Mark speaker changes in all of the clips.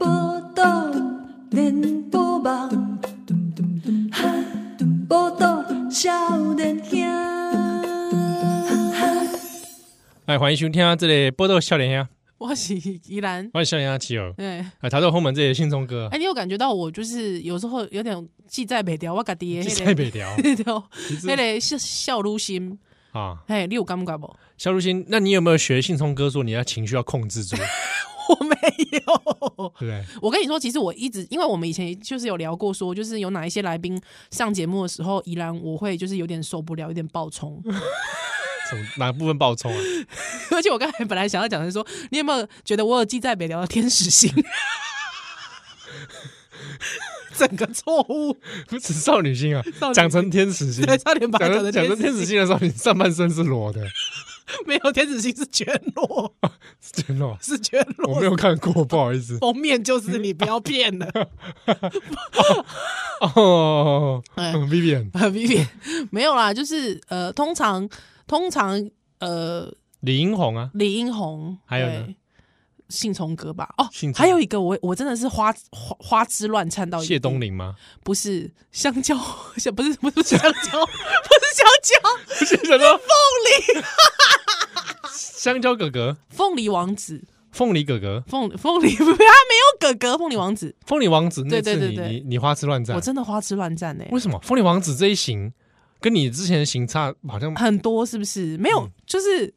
Speaker 1: 报道连波网，报道少年兄。
Speaker 2: 来，欢迎收听这里波豆笑脸呀，
Speaker 3: 我是宜兰，
Speaker 2: 欢迎笑脸呀，企鹅。
Speaker 3: 对，
Speaker 2: 啊，他到后门这里信聪哥
Speaker 3: 哎、，你有感觉到我就是有时候有点记在北调，我家己的
Speaker 2: 记
Speaker 3: 那
Speaker 2: 在
Speaker 3: 个
Speaker 2: 北 条
Speaker 3: 那条
Speaker 2: 其实
Speaker 3: 那个笑笑如心，
Speaker 2: 啊。
Speaker 3: 哎，你有感觉不？
Speaker 2: 肖如新，那你有没有学信聪哥说你要情绪要控制住，对
Speaker 3: 我没有。
Speaker 2: 不对？
Speaker 3: 我跟你说，其实我一直，因为我们以前就是有聊过说就是有哪一些来宾上节目的时候，宜兰我会就是有点受不了，有点爆冲。
Speaker 2: 从哪部分爆冲啊？
Speaker 3: 而且我刚才本来想要讲的是说，你有没有觉得我有记在北聊的天使心？ 整个错误，
Speaker 2: 不是少女心啊
Speaker 3: 少，女心
Speaker 2: 讲成天使心，
Speaker 3: 对，差点把它
Speaker 2: 讲
Speaker 3: 讲
Speaker 2: 成
Speaker 3: 成
Speaker 2: 讲成天使
Speaker 3: 心，
Speaker 2: 心的时候，你上半身是裸的，
Speaker 3: 没有天使心是全裸，
Speaker 2: 真的哦，
Speaker 3: 是全裸，哦
Speaker 2: 我没有看过，不好意 思。
Speaker 3: 封面就是你，不要骗了。
Speaker 2: 哦
Speaker 3: 哎
Speaker 2: 嗯，Vivian，
Speaker 3: 呃 Vivian 没有啦，就是呃，通常通常呃，
Speaker 2: 李英红啊，
Speaker 3: 李英红
Speaker 2: 还有
Speaker 3: 对
Speaker 2: 呢
Speaker 3: 信聪哥吧，哦
Speaker 2: 信，聪
Speaker 3: 还有一个我我真的是花花花枝乱颤到一
Speaker 2: 谢
Speaker 3: 个地
Speaker 2: 东林吗？
Speaker 3: 不是香蕉，不是不是不是香蕉， 不是香蕉，
Speaker 2: 谢什么？
Speaker 3: 凤梨
Speaker 2: 香蕉哥哥，
Speaker 3: 凤梨王子，
Speaker 2: 凤梨哥哥，
Speaker 3: 凤凤梨他没有哥哥，凤梨王子，
Speaker 2: 凤梨王子那
Speaker 3: 对对
Speaker 2: 次
Speaker 3: 对
Speaker 2: 你
Speaker 3: 对啊
Speaker 2: 你你花痴乱战
Speaker 3: 我，真的花枝乱颤呢、欸
Speaker 2: 为什么凤梨王子这一型跟你之前的型差好像？
Speaker 3: 很多是不是？没有，
Speaker 2: 嗯
Speaker 3: 就是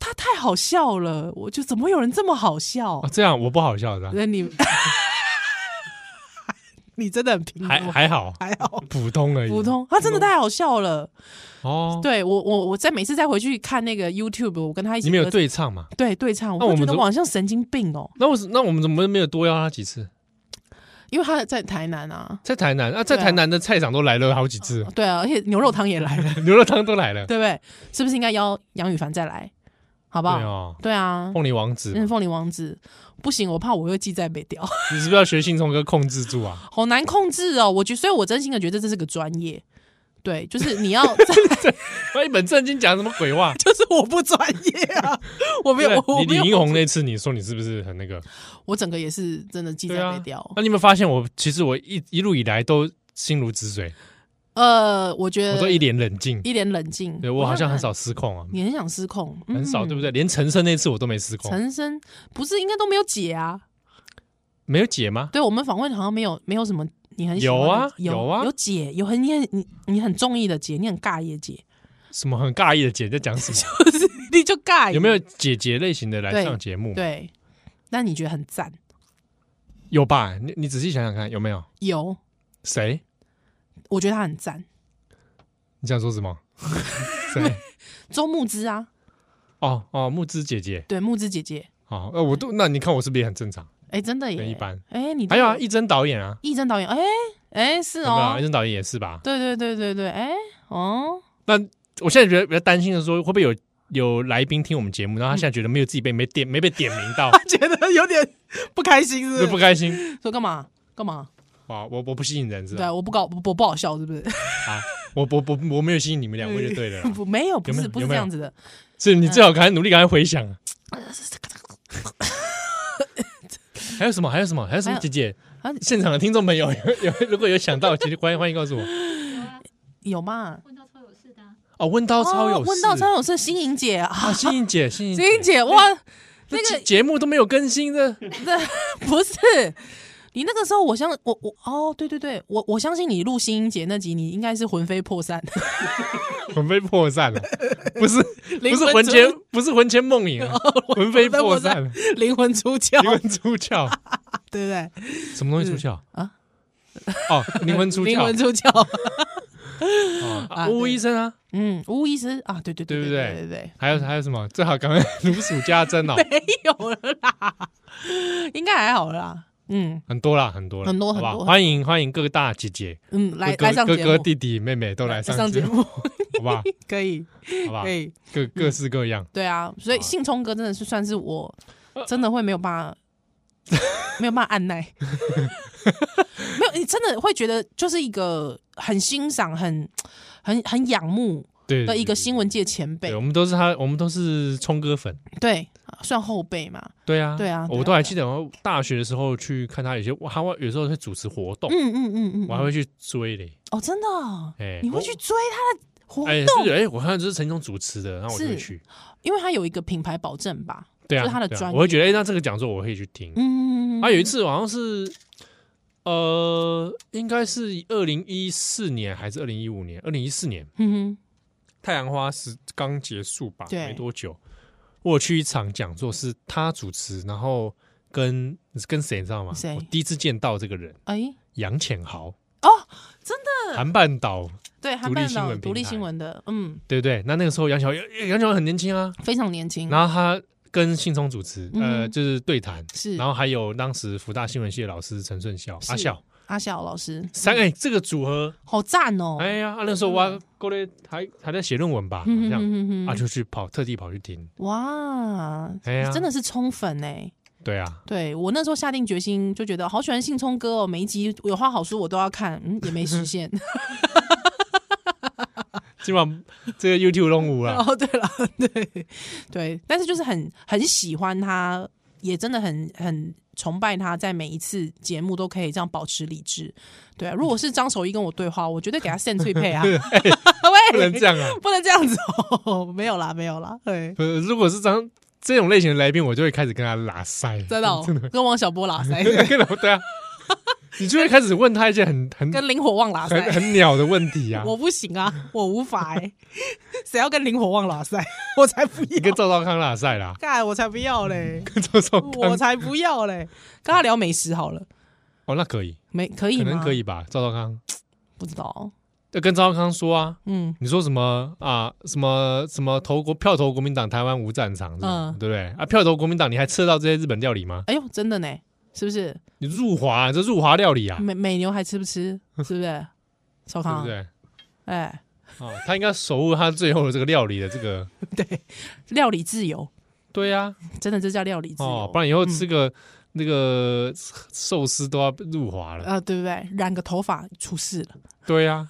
Speaker 3: 他太好笑了，我就怎么会有人这么好笑
Speaker 2: 哦，？这样我不好笑的啊，
Speaker 3: 那、你你真的很平庸，
Speaker 2: 还还好，
Speaker 3: 还好。
Speaker 2: 普通而已，
Speaker 3: 普通，他真的太好笑了。
Speaker 2: 哦。
Speaker 3: 对我，我我在每次再回去看那个 YouTube，我跟他一起
Speaker 2: 你们有
Speaker 3: 合
Speaker 2: 对唱嘛？
Speaker 3: 对对唱，
Speaker 2: 那
Speaker 3: 我
Speaker 2: 我
Speaker 3: 会
Speaker 2: 们
Speaker 3: 觉得
Speaker 2: 怎
Speaker 3: 我
Speaker 2: 么
Speaker 3: 好像神经病哦，
Speaker 2: 那我是那我们怎么没有多邀他几次？
Speaker 3: 因为他在台南啊，
Speaker 2: 在台南啊，在
Speaker 3: 对啊
Speaker 2: 台南的菜场都来了好几次，
Speaker 3: 对啊，而且牛肉汤也来了，
Speaker 2: 牛肉汤都来了。
Speaker 3: 对不对？是不是应该邀杨宇凡再来，好不
Speaker 2: 对
Speaker 3: 好？
Speaker 2: 哦，
Speaker 3: 对啊，
Speaker 2: 凤梨王子，
Speaker 3: 嗯，凤梨王子不行，我怕我又记在北调，
Speaker 2: 你是不是要学信聪哥控制住啊？
Speaker 3: 好难控制哦。我觉，所以我真心的觉得这是个专业，对，就 是你要在，？
Speaker 2: 万一哎本正经讲什么鬼话
Speaker 3: 就是我不专业啊， 我没有，
Speaker 2: 对不对
Speaker 3: 我我
Speaker 2: 你
Speaker 3: 没
Speaker 2: 李
Speaker 3: 有，
Speaker 2: 英红那次，你说你是不是很那个？
Speaker 3: 我整个也是真的记
Speaker 2: 对
Speaker 3: 在哦北
Speaker 2: 啊
Speaker 3: 调。。
Speaker 2: 那你有没有发现我其实我一一路以来都心如止水，
Speaker 3: 呃，我觉
Speaker 2: 我
Speaker 3: 得
Speaker 2: 都一脸冷静。
Speaker 3: 一脸冷静。
Speaker 2: 对我好像很，少失控啊，
Speaker 3: 你很想失控，
Speaker 2: 很少，对不
Speaker 3: 对？
Speaker 2: 对？连陈升那次我都没失控，
Speaker 3: 嗯陈生不是应该都没有解啊？
Speaker 2: 没有解吗？
Speaker 3: 对我们访问好像没有没有什么你很喜欢
Speaker 2: 有啊
Speaker 3: 的有
Speaker 2: 有啊
Speaker 3: 有解有很你很你你很中意的解，你很尬也解，
Speaker 2: 什么很尬意的姐在讲什 么？
Speaker 3: 就是你就尬也
Speaker 2: 有没有姐姐类型的来
Speaker 3: 对
Speaker 2: 上节目？
Speaker 3: 哎对？那你觉得很赞？
Speaker 2: 有吧？你你仔细想想看，有没有
Speaker 3: 有，
Speaker 2: 谁？
Speaker 3: 我觉得他很赞。
Speaker 2: 你想说什 么？谁？
Speaker 3: 周木之啊，
Speaker 2: 哦哦，木之姐姐。
Speaker 3: 对木之姐姐，
Speaker 2: 哦，呃，我都那你看我是不是也很正常？
Speaker 3: 哎，真的
Speaker 2: 很
Speaker 3: 耶，
Speaker 2: 一般。
Speaker 3: 哎，你
Speaker 2: 还有啊，一真导演啊，
Speaker 3: 义正导演，哎哎是
Speaker 2: 有没有啊？
Speaker 3: 哦
Speaker 2: 一，真导演也是吧？
Speaker 3: 对对对对对，哎哦，
Speaker 2: 那我现在觉得比较担心的是说，会不会有有来宾听我们节目，然
Speaker 3: 嗯
Speaker 2: 后他现在觉得没有自己被没点没被点名 到，
Speaker 3: 觉得有点不开心，
Speaker 2: 就不开心？
Speaker 3: 说干嘛干嘛？
Speaker 2: 哇，我我不吸引人是
Speaker 3: 对
Speaker 2: 吧
Speaker 3: 啊，？我不搞，我不不好笑，是不是？
Speaker 2: 啊，我我我我没有吸引你们两位
Speaker 3: 嗯。
Speaker 2: 就对了啦
Speaker 3: 不，没有，不
Speaker 2: 有没
Speaker 3: 是，
Speaker 2: 有
Speaker 3: 不是
Speaker 2: 有
Speaker 3: 这
Speaker 2: 没有
Speaker 3: 样子的。
Speaker 2: 所以你最好赶快努力，赶快回想。啊 还有什么？还有什么？还有什
Speaker 3: 还
Speaker 2: 么？
Speaker 3: 有
Speaker 2: 姐姐
Speaker 3: 啊，
Speaker 2: 现场的听众朋友有有如果有想到，姐姐欢迎欢迎告诉我。
Speaker 3: 有嘛？
Speaker 2: 哦，温刀超有
Speaker 3: 哦
Speaker 2: 事，
Speaker 3: 问到超有事，新颖姐啊，
Speaker 2: 啊，欣颖姐，欣颖
Speaker 3: 新颖姐，哇，
Speaker 2: 这
Speaker 3: 那个
Speaker 2: 节节目都没有更新的，
Speaker 3: 不是你那个时候，我相我我哦，对对对，我我相信你录新颖姐那集，你应该是魂飞魄散，
Speaker 2: 魂飞魄散了，不是不
Speaker 3: 灵
Speaker 2: 是
Speaker 3: 魂
Speaker 2: 魂
Speaker 3: 出
Speaker 2: 牵不是魂牵梦萦啊，魂飞魄散了，
Speaker 3: 灵魂出窍
Speaker 2: 灵，魂出窍，
Speaker 3: 对不对？
Speaker 2: 什么东西出窍
Speaker 3: 哦啊？
Speaker 2: 哦，灵魂出
Speaker 3: 灵
Speaker 2: 窍
Speaker 3: 魂出窍，
Speaker 2: 啊，啊
Speaker 3: 啊
Speaker 2: 吴医生啊，
Speaker 3: 嗯，吴医师啊，对对
Speaker 2: 对不
Speaker 3: 对
Speaker 2: 对
Speaker 3: 对对
Speaker 2: 还有还有什么？最好赶快 如数家珍哦，
Speaker 3: 对，没有了啦， 应该还好了啦。嗯
Speaker 2: 很多啦，很多啦，
Speaker 3: 很多
Speaker 2: 好不好
Speaker 3: 很多
Speaker 2: 欢迎欢迎各大姐姐、
Speaker 3: 嗯，来
Speaker 2: 各
Speaker 3: 来上
Speaker 2: 哥
Speaker 3: 节目，
Speaker 2: 哥、弟弟、妹妹都来
Speaker 3: 上
Speaker 2: 上
Speaker 3: 节
Speaker 2: 节目，啊
Speaker 3: 目， 嗯
Speaker 2: 好不好？
Speaker 3: 可以
Speaker 2: 好吧
Speaker 3: 可，以，
Speaker 2: 各各式各样，
Speaker 3: 对啊，所以信聪哥真的是算是我
Speaker 2: 呃
Speaker 3: 真的会没有办 法。没有办法按耐，没有你真的会觉得就是一个很欣赏、很很很仰慕
Speaker 2: 对
Speaker 3: 的一个新闻界前
Speaker 2: 对，
Speaker 3: 辈
Speaker 2: 我，们都是他，我们都是冲哥粉。
Speaker 3: 对，啊算后辈嘛，
Speaker 2: 对啊，
Speaker 3: 对啊对啊
Speaker 2: 我都还记得，我大学的时候去看他，有些他会有时候会主持活动，
Speaker 3: 嗯嗯嗯嗯，
Speaker 2: 我还会去追嘞。
Speaker 3: 哦，真的哦、
Speaker 2: 哎
Speaker 3: 你会
Speaker 2: 我
Speaker 3: 去追他的活
Speaker 2: 哎，
Speaker 3: 动，
Speaker 2: 是哎，我看这是陈忠主持的，然后我就会
Speaker 3: 是
Speaker 2: 去。
Speaker 3: 因为他有一个品牌保证吧？
Speaker 2: 对啊，
Speaker 3: 就是他的
Speaker 2: 对啊
Speaker 3: 专业
Speaker 2: 我会觉得，哎，那这个讲座我可以去听。
Speaker 3: 嗯，
Speaker 2: 啊，有一次好像是，呃，应该是二零一四年还是二零一五年？二零一四年
Speaker 3: 嗯
Speaker 2: 太阳花是刚结束吧，
Speaker 3: 对
Speaker 2: 没多久。我有去一场讲座，是他主持，然后跟跟谁你知道吗？
Speaker 3: 谁
Speaker 2: 我第一次见到这个人，
Speaker 3: 哼，哎，
Speaker 2: 杨浅豪，
Speaker 3: 哦，真的，
Speaker 2: 韩半岛，
Speaker 3: 对，韩
Speaker 2: 独立
Speaker 3: 半
Speaker 2: 新
Speaker 3: 岛
Speaker 2: 闻
Speaker 3: 独
Speaker 2: 平
Speaker 3: 立
Speaker 2: 台
Speaker 3: 新闻的，嗯，
Speaker 2: 对不对？那那个时候杨巧杨杨巧很年轻啊，
Speaker 3: 非常年轻，
Speaker 2: 然后他跟信聪主持，呃，
Speaker 3: 嗯
Speaker 2: 就是对谈，
Speaker 3: 是
Speaker 2: 然后还有当时福大新闻系的老师陈顺孝阿
Speaker 3: 是
Speaker 2: 孝
Speaker 3: 阿晓老师，
Speaker 2: 三哎这个组合，
Speaker 3: 好赞哦，
Speaker 2: 哎呀，啊那时候我过来还还在写论文吧，好
Speaker 3: 嗯，
Speaker 2: 像
Speaker 3: 嗯嗯嗯
Speaker 2: 啊就去跑特地跑去听，
Speaker 3: 哇，
Speaker 2: 哎呀
Speaker 3: 真的是冲粉哎、
Speaker 2: 对啊，
Speaker 3: 对我那时候下定决心，就觉得好喜欢信聪哥哦，每一集有话好说我都要看，嗯，也没实现。
Speaker 2: 基本上这个 YouTube 龙舞啊，
Speaker 3: 哦，对了，对对，但是就是很很喜欢他，也真的很很崇拜他，在每一次节目都可以这样保持理智。对啊，如果是张守一跟我对话，我绝对给他扇脆配啊！ 喂，
Speaker 2: 不能这样啊，
Speaker 3: 不能这样子哦，没有啦，没有啦，对，
Speaker 2: 呃如果是这样这种类型的来宾，我就会开始跟他拉塞，
Speaker 3: 真的、哦，跟王小波拉塞，
Speaker 2: 跟老 对啊，你就会开始问他一些很很
Speaker 3: 跟林火旺拉
Speaker 2: 很
Speaker 3: 塞。
Speaker 2: 很鸟的问题啊，
Speaker 3: 我不行啊，我无法哎、谁要跟林火旺拉塞？我才不
Speaker 2: 你跟
Speaker 3: 要！
Speaker 2: 赵少康拉赛啦，
Speaker 3: 干，我才不要嘞！
Speaker 2: 跟赵少
Speaker 3: 我
Speaker 2: 康
Speaker 3: 才不要嘞！跟他聊美食好了，
Speaker 2: 哦，那可以，
Speaker 3: 没可以
Speaker 2: 可
Speaker 3: 吗？
Speaker 2: 能可以吧？赵少康
Speaker 3: 不知道，
Speaker 2: 要跟赵少康说啊，
Speaker 3: 嗯，
Speaker 2: 你说什么啊？什么什么投国票投国民党，台湾无战场，是吧
Speaker 3: 嗯
Speaker 2: 对不对？啊，票投国民党，你还吃得到这些日本料理吗？
Speaker 3: 哎呦，真的呢，是不是？
Speaker 2: 你入华，这入华料理啊，
Speaker 3: 美美牛还吃 不吃？是不是？小
Speaker 2: 对
Speaker 3: 康，
Speaker 2: 不对？
Speaker 3: 哎，
Speaker 2: 啊，他应该熟入他最后的这个料理的这个，
Speaker 3: 对，料理自由，
Speaker 2: 对呀、
Speaker 3: 真的这叫料理自由，嗯
Speaker 2: 哦，不然以后吃个、那个寿司都要入华了，
Speaker 3: 呃，对不对？染个头发出事了，
Speaker 2: 对 呀、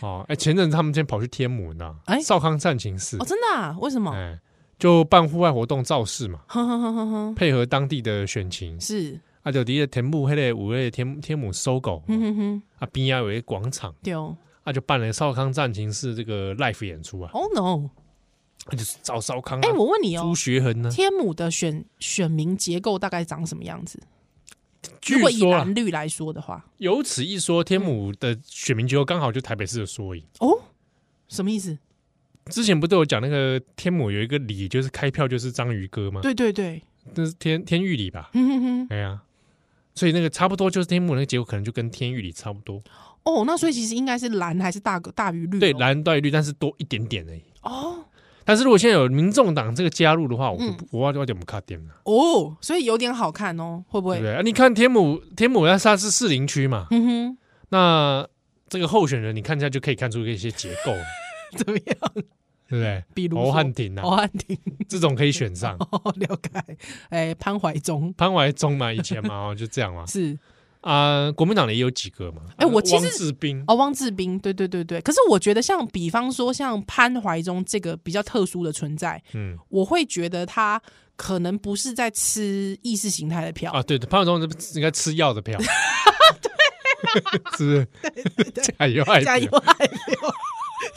Speaker 2: 哦，哎，前阵子他们今天跑去天母呢，
Speaker 3: 哎
Speaker 2: 少康战情室
Speaker 3: 哦，，真的、啊？为什么？
Speaker 2: 哎，就办户外活动造势嘛，
Speaker 3: 哼哼哼哼哼，
Speaker 2: 配合当地的选情，
Speaker 3: 是，
Speaker 2: 啊，就伫个田埔迄个有迄个天天母搜狗，
Speaker 3: 哼哼哼，
Speaker 2: 啊边啊有一个广场，
Speaker 3: 对哦
Speaker 2: 啊就办了少康战情室这个 live 演出啊，
Speaker 3: ，Oh no！
Speaker 2: 啊就是赵少康啊，
Speaker 3: 哎、我问你
Speaker 2: 朱
Speaker 3: 哦，
Speaker 2: 学恒啊呢，
Speaker 3: 天母的选选民结构大概长什么样子？如
Speaker 2: 据
Speaker 3: 果以嗯
Speaker 2: 说啊
Speaker 3: 蓝，绿来说的话，
Speaker 2: 有此一说，天母的选民结构刚好就台北市的缩影。
Speaker 3: 哦，什么意思？
Speaker 2: 之前不都有讲那个天母有一个里，就是开票就是章鱼哥吗？，
Speaker 3: 对对对，
Speaker 2: 那是天天玉里吧？
Speaker 3: 哼哼哼，
Speaker 2: 哎呀，所以那个差不多就是天母那个结果，可能就跟天玉里差不多。
Speaker 3: 哦，那所以其实应该是蓝还是大大于绿、哦？
Speaker 2: 对，蓝对绿，但是多一点点而已。
Speaker 3: 哦嗯
Speaker 2: 但是如果现在有民众党这个加入的话，我就不我要我就不卡点了，
Speaker 3: 哦，所以有点好看哦，会不
Speaker 2: 对
Speaker 3: 会？
Speaker 2: 不对？啊，你看天母，天母要它是士林区嘛，
Speaker 3: 嗯
Speaker 2: 那这个候选人你看一下就可以看出一些结构，
Speaker 3: 哼， 怎么样？
Speaker 2: 对不对？
Speaker 3: 比如
Speaker 2: 侯汉廷
Speaker 3: 侯
Speaker 2: 啊，
Speaker 3: 汉廷，
Speaker 2: 这种可以选上，
Speaker 3: 哦，了解。哎，潘怀宗
Speaker 2: 潘怀忠嘛，以前 嘛，哦就这样嘛。
Speaker 3: 是
Speaker 2: 啊，国民党的也有几个嘛，
Speaker 3: 哎我
Speaker 2: 啊
Speaker 3: 其实
Speaker 2: 王志斌，
Speaker 3: 哦，汪志斌，对对对对。可是我觉得，像比方说像潘怀宗这个比较特殊的存在，
Speaker 2: 嗯
Speaker 3: 我会觉得他可能不是在吃意识形态的票，
Speaker 2: 啊，对，潘怀忠应该吃药的 票，
Speaker 3: 啊
Speaker 2: 是不是？加油，爱
Speaker 3: 加油
Speaker 2: 票！
Speaker 3: 爱票，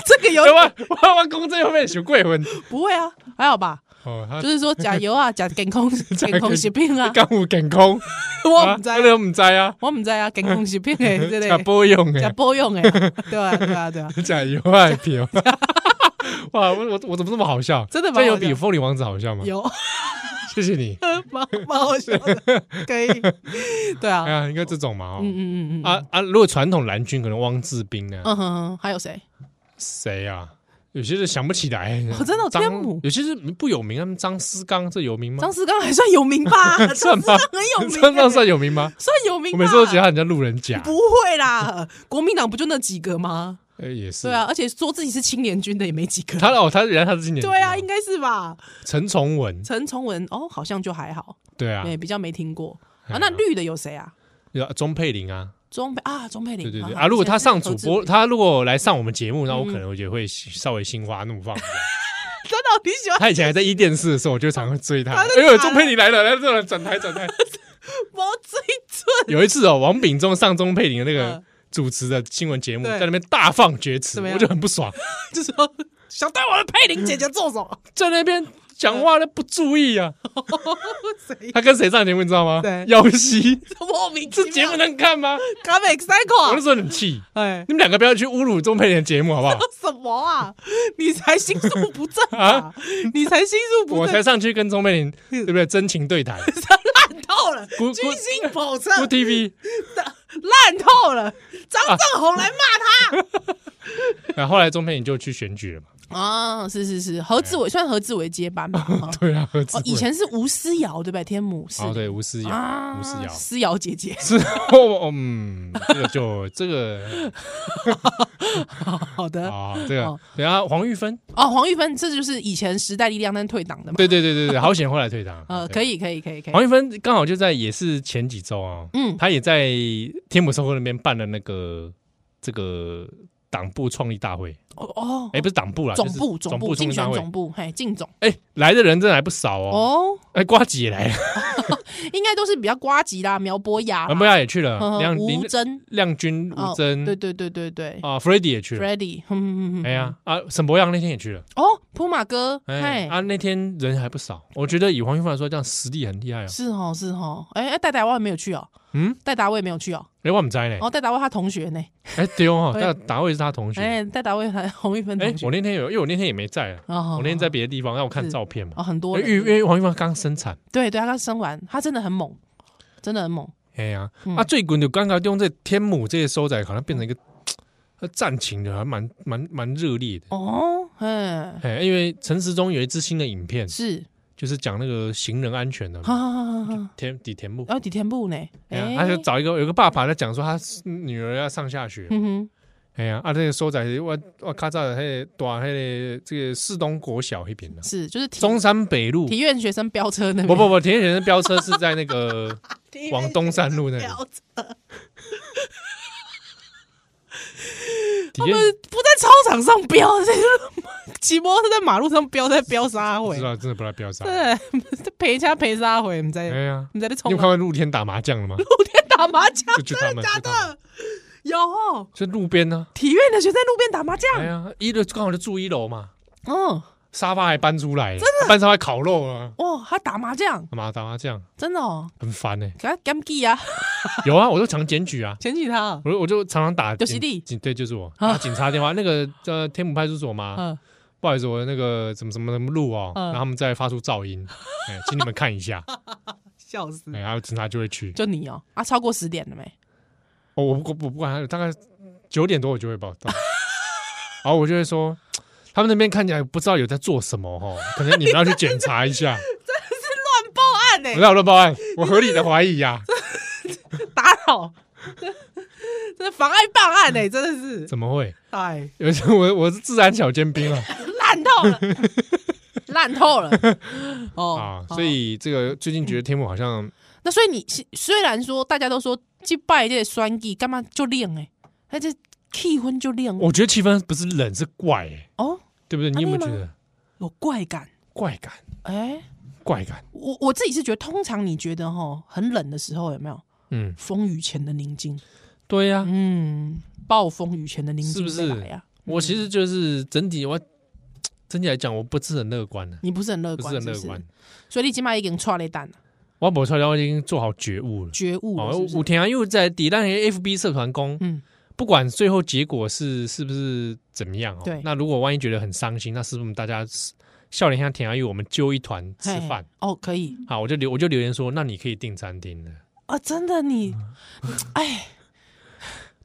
Speaker 3: 这个有
Speaker 2: 哎我我我公这后面有贵 婚
Speaker 3: 不会啊，还好吧？
Speaker 2: 哦，他
Speaker 3: 就是说加油啊，加健康健康食品 啊，
Speaker 2: 干有健康。
Speaker 3: 我唔知啊
Speaker 2: 啊，我唔知啊，
Speaker 3: 我唔知啊，健康食品 诶，对
Speaker 2: 食
Speaker 3: 不对？
Speaker 2: 保养
Speaker 3: 加
Speaker 2: 诶，
Speaker 3: 保养诶，对啊，对啊，对啊。
Speaker 2: 食油爱票。 哇，我我我怎么这么好笑？
Speaker 3: 真的吗
Speaker 2: 这有比《风铃王子》好笑吗？
Speaker 3: 有，
Speaker 2: 谢谢 你。
Speaker 3: 蛮蛮好笑的，可 以，对啊
Speaker 2: 哎，呀，应该这种嘛，哦，
Speaker 3: 嗯嗯嗯嗯，啊，
Speaker 2: 啊啊，如果传统蓝军可能汪志斌呢，
Speaker 3: 嗯哼哼，还有谁？
Speaker 2: 谁啊？有些是想不起来
Speaker 3: 哦，真的有
Speaker 2: 张
Speaker 3: 天母
Speaker 2: 有些是不有名，他们张思刚这有名吗
Speaker 3: 张？思刚还算有名 吧？张思
Speaker 2: 算吧
Speaker 3: 刚很有名、
Speaker 2: 张
Speaker 3: 欸，
Speaker 2: 刚啊算有名吗？
Speaker 3: 算有名
Speaker 2: 我
Speaker 3: 吧。
Speaker 2: 每次都觉得他很像路人甲，
Speaker 3: 不会啦，国民党不就那几个吗？
Speaker 2: 呃，也是
Speaker 3: 对啊，，而且说自己是青年军的也没几个。
Speaker 2: 他嗯哦，他原来他是今年
Speaker 3: 对啊，应该是吧？
Speaker 2: 陈崇文，
Speaker 3: 陈崇文哦，好像就还好，
Speaker 2: 对啊
Speaker 3: 对、，比较没听过
Speaker 2: 哎
Speaker 3: 啊
Speaker 2: 呀。
Speaker 3: 那绿的有谁啊？
Speaker 2: 有啊钟佩玲啊，
Speaker 3: 钟佩啊，钟佩
Speaker 2: 对
Speaker 3: 玲。
Speaker 2: 对对
Speaker 3: 好
Speaker 2: 啊，如果他上主，
Speaker 3: 好
Speaker 2: 播，他如果来上我们节目，那我
Speaker 3: 嗯
Speaker 2: 可能我觉得会稍微心花怒放。
Speaker 3: 现在何志真的你喜欢
Speaker 2: 他以前还在一电视的时候，我就常会追他。
Speaker 3: 啊
Speaker 2: 哎
Speaker 3: 真的
Speaker 2: 呦，
Speaker 3: 假的
Speaker 2: 钟佩玲来了，来这转台转 台。
Speaker 3: 我最准？
Speaker 2: 有一次哦，王炳忠上钟佩玲的那个
Speaker 3: 嗯
Speaker 2: 主持的新闻节目，
Speaker 3: 对
Speaker 2: 在那边大放厥词，
Speaker 3: 怎么样
Speaker 2: 我就很不爽，
Speaker 3: 就说想对我的佩玲姐姐做什么？
Speaker 2: 在那边讲话都不注意 啊。
Speaker 3: 谁
Speaker 2: 他跟谁上节目你知道吗
Speaker 3: 对？
Speaker 2: 姚 希，
Speaker 3: 莫名其
Speaker 2: 这
Speaker 3: 妙
Speaker 2: 节目能看吗？
Speaker 3: 敢美
Speaker 2: 我
Speaker 3: cycle？
Speaker 2: 那时候很气，
Speaker 3: 哎，
Speaker 2: 你们两个不要去侮辱钟佩玲的节目好不好？
Speaker 3: 什么啊？你才心术不正 啊！你才心术 不
Speaker 2: 我才
Speaker 3: 正，
Speaker 2: 上去跟钟 佩玲对不对真情对谈
Speaker 3: 烂透了，
Speaker 2: 咕咕
Speaker 3: 居心叵测，
Speaker 2: ，Good TV，
Speaker 3: 烂透了。张正宏来骂
Speaker 2: 然后后来钟佩玲就去选举了嘛。
Speaker 3: 他啊！是是是，何志伟算何志伟接班 吧？哈
Speaker 2: 对啊，何志
Speaker 3: 哦
Speaker 2: 伟，
Speaker 3: 以前是吴思瑶对不对？天母是
Speaker 2: 哦对吴思瑶，
Speaker 3: 啊，
Speaker 2: 吴思瑶
Speaker 3: 思瑶姐姐，
Speaker 2: 是哦嗯，这个就这个
Speaker 3: 好的
Speaker 2: 啊这个
Speaker 3: 哦，
Speaker 2: 对啊，黄玉芬，
Speaker 3: 哦，黄玉芬，这就是以前时代力量但退党的嘛？
Speaker 2: 对对对对对，好险后 来退党。
Speaker 3: 呃，
Speaker 2: 对
Speaker 3: 可。以可以可以可以
Speaker 2: 黄，玉芬刚好就在也是前几周啊，嗯，
Speaker 3: 嗯
Speaker 2: 她也在天母收会那边办了那个这个党部创立大会，
Speaker 3: 哦哦，
Speaker 2: 哎，不是党部啦，
Speaker 3: 总
Speaker 2: 就是
Speaker 3: 部
Speaker 2: 总创
Speaker 3: 部竞
Speaker 2: 立大
Speaker 3: 选
Speaker 2: 会
Speaker 3: 总。部，嘿，竞总
Speaker 2: 哎，来的人真的还不少哦，
Speaker 3: 哦，
Speaker 2: 哎，瓜子也来了，
Speaker 3: 应该都是比较瓜吉啦、苗博雅啦、
Speaker 2: 文博雅也去了
Speaker 3: 啊呵，呵
Speaker 2: 亮林
Speaker 3: 吴真、
Speaker 2: 亮君、
Speaker 3: 哦
Speaker 2: 吴真，
Speaker 3: 对对对对对
Speaker 2: 啊，Freddy 也去了，
Speaker 3: ，Freddy，哼哼哼嗯
Speaker 2: 哎，呀啊，沈博阳那天也去了。
Speaker 3: 哦，普马哥，
Speaker 2: 哎
Speaker 3: 嘿，
Speaker 2: 啊，那天人还不少，我觉得以黄玉凤来说，这样实力很厉害啊。
Speaker 3: 是哦是哦，哎哎，戴达也没有去哦，
Speaker 2: 嗯，
Speaker 3: 戴达也没有去哦，
Speaker 2: 哎，我们在呢，
Speaker 3: 哦，戴达威他同学呢，
Speaker 2: 哎对 哦，
Speaker 3: 哎
Speaker 2: 那达卫是他同学。哎，
Speaker 3: 哎，戴达威还红一芬同学
Speaker 2: 我，那天有，因为我那天也没在啊，
Speaker 3: 哦
Speaker 2: 我那天在
Speaker 3: 哦
Speaker 2: 别的地方，让我看
Speaker 3: 是
Speaker 2: 照片嘛
Speaker 3: 哦。很多
Speaker 2: 因
Speaker 3: 人
Speaker 2: 为因为黄玉凤刚生产，
Speaker 3: 对对，他刚生完，他真的很猛，真的很猛，
Speaker 2: 哎呀
Speaker 3: 嗯
Speaker 2: 啊，最近就刚刚用这天母这些收窄，好像变成一个呃战情的，还蛮蛮蛮热烈的。
Speaker 3: 哦，嗯，
Speaker 2: 哎，因为陈时中有一支新的影片，
Speaker 3: 是，
Speaker 2: 就是讲那个行人安全的嘛
Speaker 3: 哈哈哈哈哈，
Speaker 2: 天底田木
Speaker 3: 然，后底田部呢，
Speaker 2: 哎
Speaker 3: 哎
Speaker 2: 呀，他就找一个有个爸爸在讲说他女儿要上下学，
Speaker 3: 嗯哼，
Speaker 2: 哎呀，啊，这个所在是我我较早迄大迄个这个市东国小那边啦，
Speaker 3: 是就是体
Speaker 2: 中山北路。
Speaker 3: 体院学生飙车那边，
Speaker 2: 不不不，田野人的飙车是在那 个
Speaker 3: 不
Speaker 2: 往东山路那里。体验
Speaker 3: 不在操场上飙，在骑摩托车在马路上飙，在飙啥
Speaker 2: 不
Speaker 3: 回
Speaker 2: 知？道真的不知道飙啥。
Speaker 3: 对， 赔家赔啥回？你
Speaker 2: 哎
Speaker 3: 在
Speaker 2: 呀，
Speaker 3: 你在这
Speaker 2: 你有
Speaker 3: 冲
Speaker 2: 看过露天打麻将了 吗？
Speaker 3: 打麻将？
Speaker 2: 就就他们，
Speaker 3: 假
Speaker 2: 就他们
Speaker 3: 啊的？ 有哦
Speaker 2: 就路边呢。
Speaker 3: 体院的学生路边打麻
Speaker 2: 哎
Speaker 3: 将，
Speaker 2: 呀，一楼刚好就住一楼嘛，
Speaker 3: 嗯，
Speaker 2: 沙发还搬出来，真的搬沙发烤肉啊，
Speaker 3: 哦，他打麻将，
Speaker 2: 干嘛打麻将
Speaker 3: 真的哦，
Speaker 2: 很烦哎。
Speaker 3: 给他 g a m g 啊，
Speaker 2: 有啊，我都常检举啊。
Speaker 3: 检举 他，
Speaker 2: 我我就常常打
Speaker 3: 就是
Speaker 2: 警
Speaker 3: 你
Speaker 2: 警对，就是我打警察电 话，那个呃天母派出所嘛，
Speaker 3: 啊嗯，
Speaker 2: 不好意思，我那个什么什么什么路哦，
Speaker 3: 嗯
Speaker 2: 然后他们再发出噪 音，哎，请你们看一下，
Speaker 3: 笑死
Speaker 2: 哎，，然后警察就会去。
Speaker 3: 就你哦，啊，超过十点了没？
Speaker 2: 哦，我不我不管他，大概九点多我就会报 到，然后我就会说，他们那边看起来不知道有在做什么哦，可能你们要去检查一 下。
Speaker 3: 乱报案呢
Speaker 2: 我让我报案，我合理的怀疑啊呀，
Speaker 3: 打扰， 这妨碍办案
Speaker 2: 哎
Speaker 3: 呢、真的是，
Speaker 2: 怎么会？
Speaker 3: 哎，
Speaker 2: 有一次我我是治安小尖兵啊
Speaker 3: 烂透 了，烂透了，哦
Speaker 2: 啊，
Speaker 3: 好
Speaker 2: 所以这个最近觉得天母好像
Speaker 3: 那所以你是虽然说大家都说去拜这个酸气干嘛就练哎、那这气氛就练
Speaker 2: 我觉得气氛不是冷是怪、欸，
Speaker 3: 哦，
Speaker 2: 对不对？你有没有觉
Speaker 3: 真
Speaker 2: 得
Speaker 3: 有怪感
Speaker 2: 怪感？
Speaker 3: 哎、
Speaker 2: 怪感？
Speaker 3: 我我自己是觉得，通常你觉得哈很冷的时候有没有
Speaker 2: 嗯，
Speaker 3: 风雨前的宁静？
Speaker 2: 对呀、
Speaker 3: 嗯，暴风雨前的宁
Speaker 2: 是
Speaker 3: 静
Speaker 2: 不
Speaker 3: 会
Speaker 2: 是
Speaker 3: 来呀、
Speaker 2: 我其实就是整体我整体来讲，我不是很乐观的、
Speaker 3: 你不是很乐
Speaker 2: 不
Speaker 3: 观，
Speaker 2: 是很乐
Speaker 3: 是不是
Speaker 2: 观。
Speaker 3: 所以你起码已经踹了蛋了，
Speaker 2: 我某超我已经做好觉悟了。
Speaker 3: 觉悟了
Speaker 2: 哦，
Speaker 3: 是不是
Speaker 2: 五天啊，又在抵赖 FB 社团工，
Speaker 3: 嗯，
Speaker 2: 不管最后结果是是不是怎么样哦，
Speaker 3: 对
Speaker 2: 那如果万一觉得很伤心，那是不是我们大家笑脸乡田阿玉，我们揪一团吃
Speaker 3: 嘿
Speaker 2: 饭。
Speaker 3: 哦，可以
Speaker 2: 好，我就留我就留言说，那你可以订餐厅了，
Speaker 3: 啊，真的你，
Speaker 2: 嗯
Speaker 3: 哎，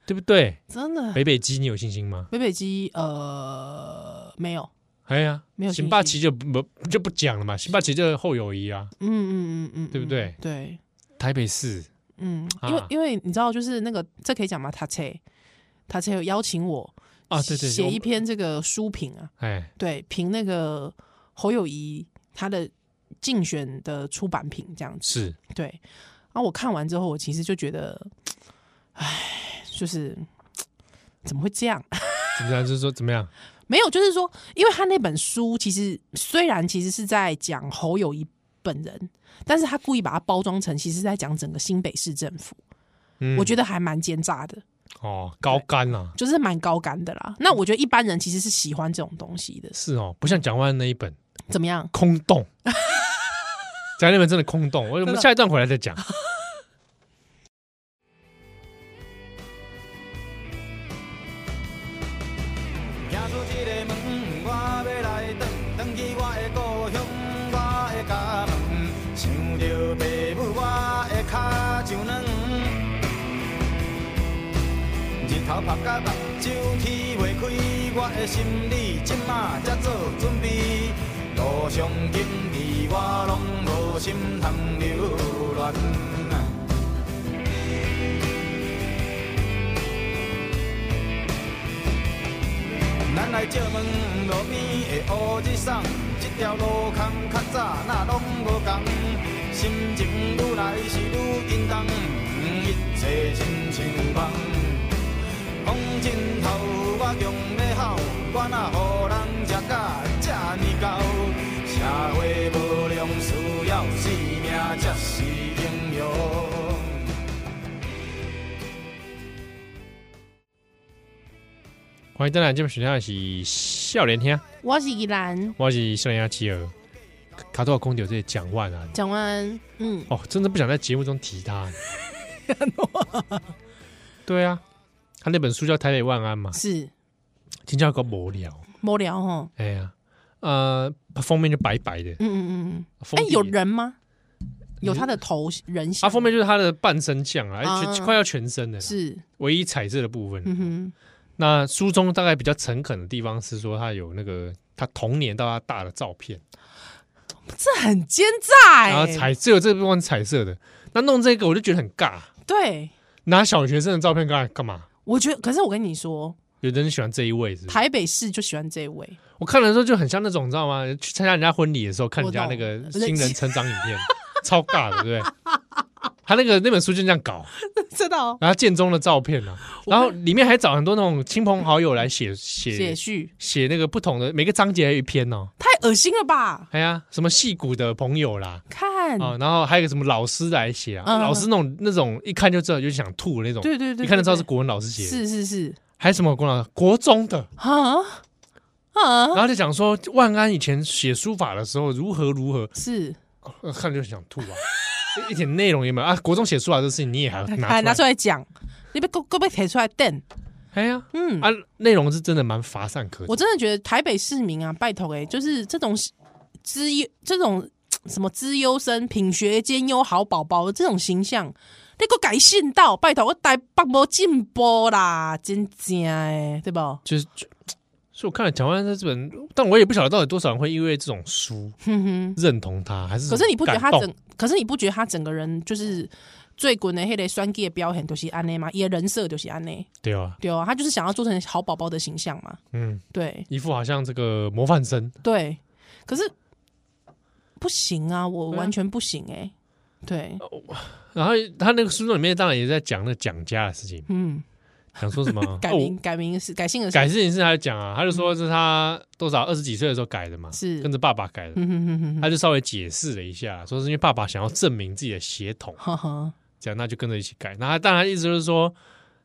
Speaker 2: 对不对？
Speaker 3: 真的
Speaker 2: 北北基，你有信心吗？
Speaker 3: 北北基呃没有，
Speaker 2: 哎呀，
Speaker 3: 没有信
Speaker 2: 辛
Speaker 3: 心
Speaker 2: 巴奇就不就不讲了嘛，辛巴奇就是后友谊啊，
Speaker 3: 嗯嗯嗯嗯，
Speaker 2: 对不对
Speaker 3: 嗯对，
Speaker 2: 台北市
Speaker 3: 嗯，因为
Speaker 2: 啊
Speaker 3: 因为你知道，就是那个这可以讲吗？塔切塔切有邀请我
Speaker 2: 啊，对对，
Speaker 3: 写
Speaker 2: 我
Speaker 3: 一篇这个书评啊，
Speaker 2: 哎，
Speaker 3: 对，评那个侯友谊他的竞选的出版品这样子。
Speaker 2: 是
Speaker 3: 对，然后我看完之后，我其实就觉得，唉，就是怎么会这样？
Speaker 2: 怎么样？就是说怎么样？
Speaker 3: 没有，就是说，因为他那本书其实虽然其实是在讲侯友谊本人，但是他故意把它包装成其实是在讲整个新北市政府，
Speaker 2: 嗯
Speaker 3: 我觉得还蛮奸诈的。
Speaker 2: 哦，高干啊，
Speaker 3: 就是蛮高干的啦。那我觉得一般人其实是喜欢这种东西的。
Speaker 2: 是哦，不像蒋万安那一 本
Speaker 3: 怎么样？
Speaker 2: 空洞，蒋万安那本真的空洞。我我
Speaker 3: 真
Speaker 2: 们
Speaker 3: 的
Speaker 2: 下一段回来再讲。
Speaker 4: 走出这个门，我要来转，转去我的故乡，我的家门。想着爸母，我的脚就软。日头晒到目睭天袂开，我的心里即马才做准备。路上经历我拢无心通留恋。咱来借问路边的乌日送，这条路坎较早那拢无同，心情愈来是愈沉重，一切亲像梦。风尽头，我强要吼，我若予人食甲这呢厚，社会无良需要性命才是英雄。
Speaker 2: 欢迎回来，今天选项是笑脸天，
Speaker 3: 我是依兰，
Speaker 2: 我是笑脸天企鹅，卡多尔空调这些蒋万安。
Speaker 3: 讲完，嗯，
Speaker 2: 哦，真的不想在节目中提他。 对啊，他那本书叫《台北万安》嘛，
Speaker 3: 是
Speaker 2: 今天有个无聊。
Speaker 3: 无聊哈。
Speaker 2: 哎呀，呃，封面就白白的，
Speaker 3: 嗯嗯嗯嗯。
Speaker 2: 封
Speaker 3: 哎、
Speaker 2: 底
Speaker 3: 有人吗？有他的头人
Speaker 2: 啊，
Speaker 3: 像吗？
Speaker 2: 封面就是他的半身像啊，
Speaker 3: 啊
Speaker 2: 全快要全身的啦，
Speaker 3: 是，
Speaker 2: 唯一彩色的部分。
Speaker 3: 嗯哼，
Speaker 2: 那书中大概比较诚恳的地方是说，他有那个他童年到他大的照片，
Speaker 3: 这很奸诈
Speaker 2: 然后
Speaker 3: 哎、
Speaker 2: 彩只有这部分彩色的。那弄这个我就觉得很尬，
Speaker 3: 对，
Speaker 2: 拿小学生的照片干干嘛？
Speaker 3: 我觉得，可是我跟你说，
Speaker 2: 有的人喜欢这一位是不是
Speaker 3: 台北市就喜欢这 位，
Speaker 2: 我看的时候就很像那种，你知道吗？去参加人家婚礼的时候，看人家那个
Speaker 3: 我懂
Speaker 2: 新人成长影片，超尬的，对不对？他那个那本书就这样搞，
Speaker 3: 知道
Speaker 2: 然后建中的照片啊，然后里面还找很多那种亲朋好友来写
Speaker 3: 写
Speaker 2: 写
Speaker 3: 序
Speaker 2: 写那个不同的，每个章节还有一篇哦。
Speaker 3: 太恶心了吧？
Speaker 2: 哎呀，什么戏骨的朋友啦，
Speaker 3: 看，
Speaker 2: 啊，然后还有个什么老师来写啊，
Speaker 3: 嗯
Speaker 2: 老师那种那种一看就知道就想吐的那种，
Speaker 3: 对对对对
Speaker 2: 一看就知道
Speaker 3: 对
Speaker 2: 是国文老师写的，
Speaker 3: 是是是，
Speaker 2: 还有什么国文老师国中的，
Speaker 3: 啊啊，
Speaker 2: 然后就讲说万安以前写书法的时候如何如何，
Speaker 3: 是
Speaker 2: 呃看着就想吐啊，一一点内容也没有啊！国中写出来的事情你也还要拿
Speaker 3: 哎还拿
Speaker 2: 出
Speaker 3: 出
Speaker 2: 来，
Speaker 3: 来讲，你被够够被提出来瞪。
Speaker 2: 哎呀，
Speaker 3: 嗯，
Speaker 2: 啊，内容是真的蛮乏善可
Speaker 3: 我
Speaker 2: 陈。
Speaker 3: 真的觉得台北市民啊，拜托哎、就是这种资优这种嘖什么资优生、品学兼优好宝宝的这种形象，你给我改信到，拜托我台北无进步啦，真正哎，对不？
Speaker 2: 就是，就所以我看了蒋万安这本，但我也不晓得到底多少人会因为这种书
Speaker 3: 哼哼。
Speaker 2: 认同他，还是
Speaker 3: 可是你不觉得他
Speaker 2: 感动
Speaker 3: 整？可是你不觉得他整个人就是最滚的黑的酸 gay 的表现都是安内吗？也人设都是安内，
Speaker 2: 对啊？
Speaker 3: 对啊，他就是想要做成好宝宝的形象嘛，
Speaker 2: 嗯，
Speaker 3: 对。
Speaker 2: 一副好像这个模范生，
Speaker 3: 对，可是不行啊，我
Speaker 2: 对啊哦
Speaker 3: 完全不行哎、对，
Speaker 2: 然后他那个书中里面当然也在讲那蒋家的事情，
Speaker 3: 嗯，
Speaker 2: 讲说什么
Speaker 3: 改
Speaker 2: 哦
Speaker 3: 名、改名是改姓的是
Speaker 2: 改，事情是他讲啊，他就说这是他多少二十几岁的时候改的嘛，
Speaker 3: 是
Speaker 2: 跟着爸爸改的，
Speaker 3: 嗯哼哼哼
Speaker 2: 他
Speaker 3: 哼，
Speaker 2: 就稍微解释了一下，说是因为爸爸想要证明自己的血统，
Speaker 3: 呵呵，
Speaker 2: 这样那就跟着一起改。那他当然意思就是说，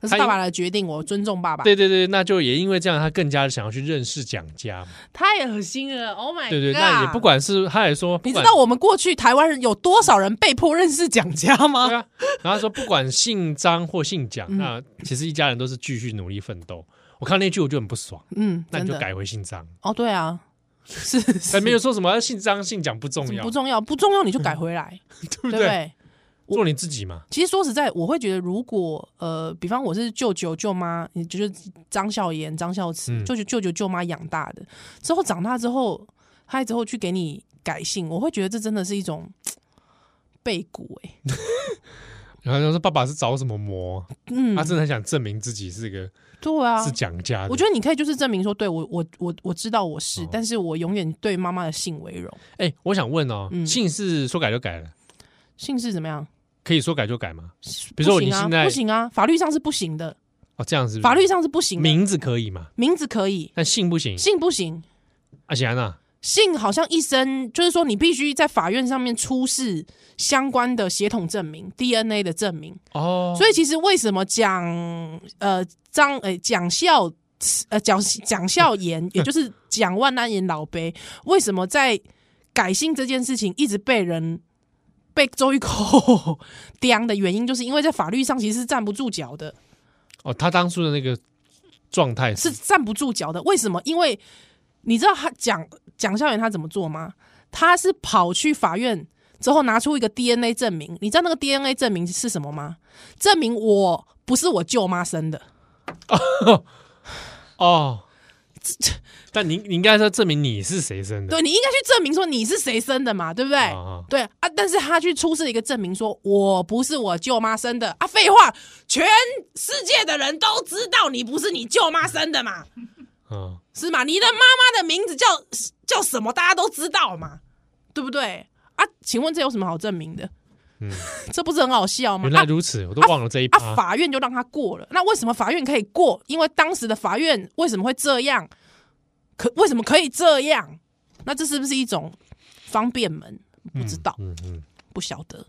Speaker 3: 这
Speaker 2: 他
Speaker 3: 是
Speaker 2: 因
Speaker 3: 爸爸的决定，我尊重爸爸。
Speaker 2: 对对对，那就也因为这样，他更加想要去认识蒋家嘛。
Speaker 3: 太恶心了，Oh my，
Speaker 2: 对对，
Speaker 3: God
Speaker 2: 那也不。管是他也说，不
Speaker 3: 你知
Speaker 2: 管
Speaker 3: 道我们过去台湾人有多少人被迫认识蒋家吗
Speaker 2: 对？啊，然后他说不管姓张或姓蒋，
Speaker 3: 嗯
Speaker 2: 那其实一家人都是继续努力奋斗。我看那句我就很不爽，
Speaker 3: 嗯，
Speaker 2: 那
Speaker 3: 真
Speaker 2: 你就
Speaker 3: 的
Speaker 2: 改回姓张，
Speaker 3: 哦，对啊，是
Speaker 2: 哎，
Speaker 3: 是
Speaker 2: 没有说什么姓张姓蒋不重要，
Speaker 3: 不重要，不重要你就改回来，
Speaker 2: 对
Speaker 3: 对
Speaker 2: 不
Speaker 3: 不
Speaker 2: 对？
Speaker 3: 对？
Speaker 2: 做你自己嘛，
Speaker 3: 其实说实在，我会觉得，如果呃，比方我是舅舅舅妈，也就是张孝言、张孝慈，
Speaker 2: 嗯
Speaker 3: 舅舅舅舅舅妈养大的，之后长大之后，他之后去给你改姓，我会觉得这真的是一种背骨哎、
Speaker 2: 然后就说爸爸是着什么魔，
Speaker 3: 嗯，
Speaker 2: 他真的很想证明自己是个
Speaker 3: 对啊
Speaker 2: 是，蒋啊家的。
Speaker 3: 我觉得你可以就是证明说，对我我我我知道我是，
Speaker 2: 哦
Speaker 3: 但是我永远对妈妈的姓为荣，
Speaker 2: 哎、我想问哦，
Speaker 3: 嗯
Speaker 2: 姓是说改就改了，
Speaker 3: 姓氏怎么样？
Speaker 2: 可以说改就改吗？
Speaker 3: 不
Speaker 2: 比如说
Speaker 3: 行
Speaker 2: 你
Speaker 3: 啊
Speaker 2: 现，在
Speaker 3: 不行啊，法律上是不行的，
Speaker 2: 哦，这样是不是
Speaker 3: 法律上是不行的，
Speaker 2: 名字可以嘛，
Speaker 3: 名字可以，
Speaker 2: 但姓不行。
Speaker 3: 姓不行。
Speaker 2: 阿贤啊，
Speaker 3: 姓好像一生就是说，你必须在法院上面出示相关的血统证明、DNA 的证明。
Speaker 2: 哦，
Speaker 3: 所以其实为什么讲呃张呃蒋孝呃蒋蒋孝严， 也就是蒋万安严老伯，为什么在改姓这件事情一直被人被周玉蔻 刁的原因，就是因为在法律上其实是站不住脚的。
Speaker 2: 哦，他当初的那个状态
Speaker 3: 是
Speaker 2: 是
Speaker 3: 站不住脚的。为什么？因为你知道他蒋蒋孝严他怎么做吗？他是跑去法院之后拿出一个 DNA 证明，你知道那个 DNA 证明是什么吗？证明我不是我舅妈生的。
Speaker 2: 哦，但你你应该说证明你是谁生的，
Speaker 3: 对你应该去证明说你是谁生的嘛，对不对？
Speaker 2: 啊啊
Speaker 3: 对啊，但是他去出示一个证明说我不是我舅妈生的啊，废话，全世界的人都知道你不是你舅妈生的嘛，
Speaker 2: 嗯，
Speaker 3: 是吗？你的妈妈的名字叫叫什么？大家都知道嘛，对不对啊？请问这有什么好证明的？
Speaker 2: 嗯
Speaker 3: 这不是很好笑吗
Speaker 2: 原？来
Speaker 3: 啊
Speaker 2: 如此，我都忘了这一
Speaker 3: 啊！
Speaker 2: 趴。
Speaker 3: 法院就让他过了，那为什么法院可以过？因为当时的法院为什么会这样？可为什么可以这样？那这是不是一种方便门？不知道，
Speaker 2: 嗯嗯，
Speaker 3: 不晓得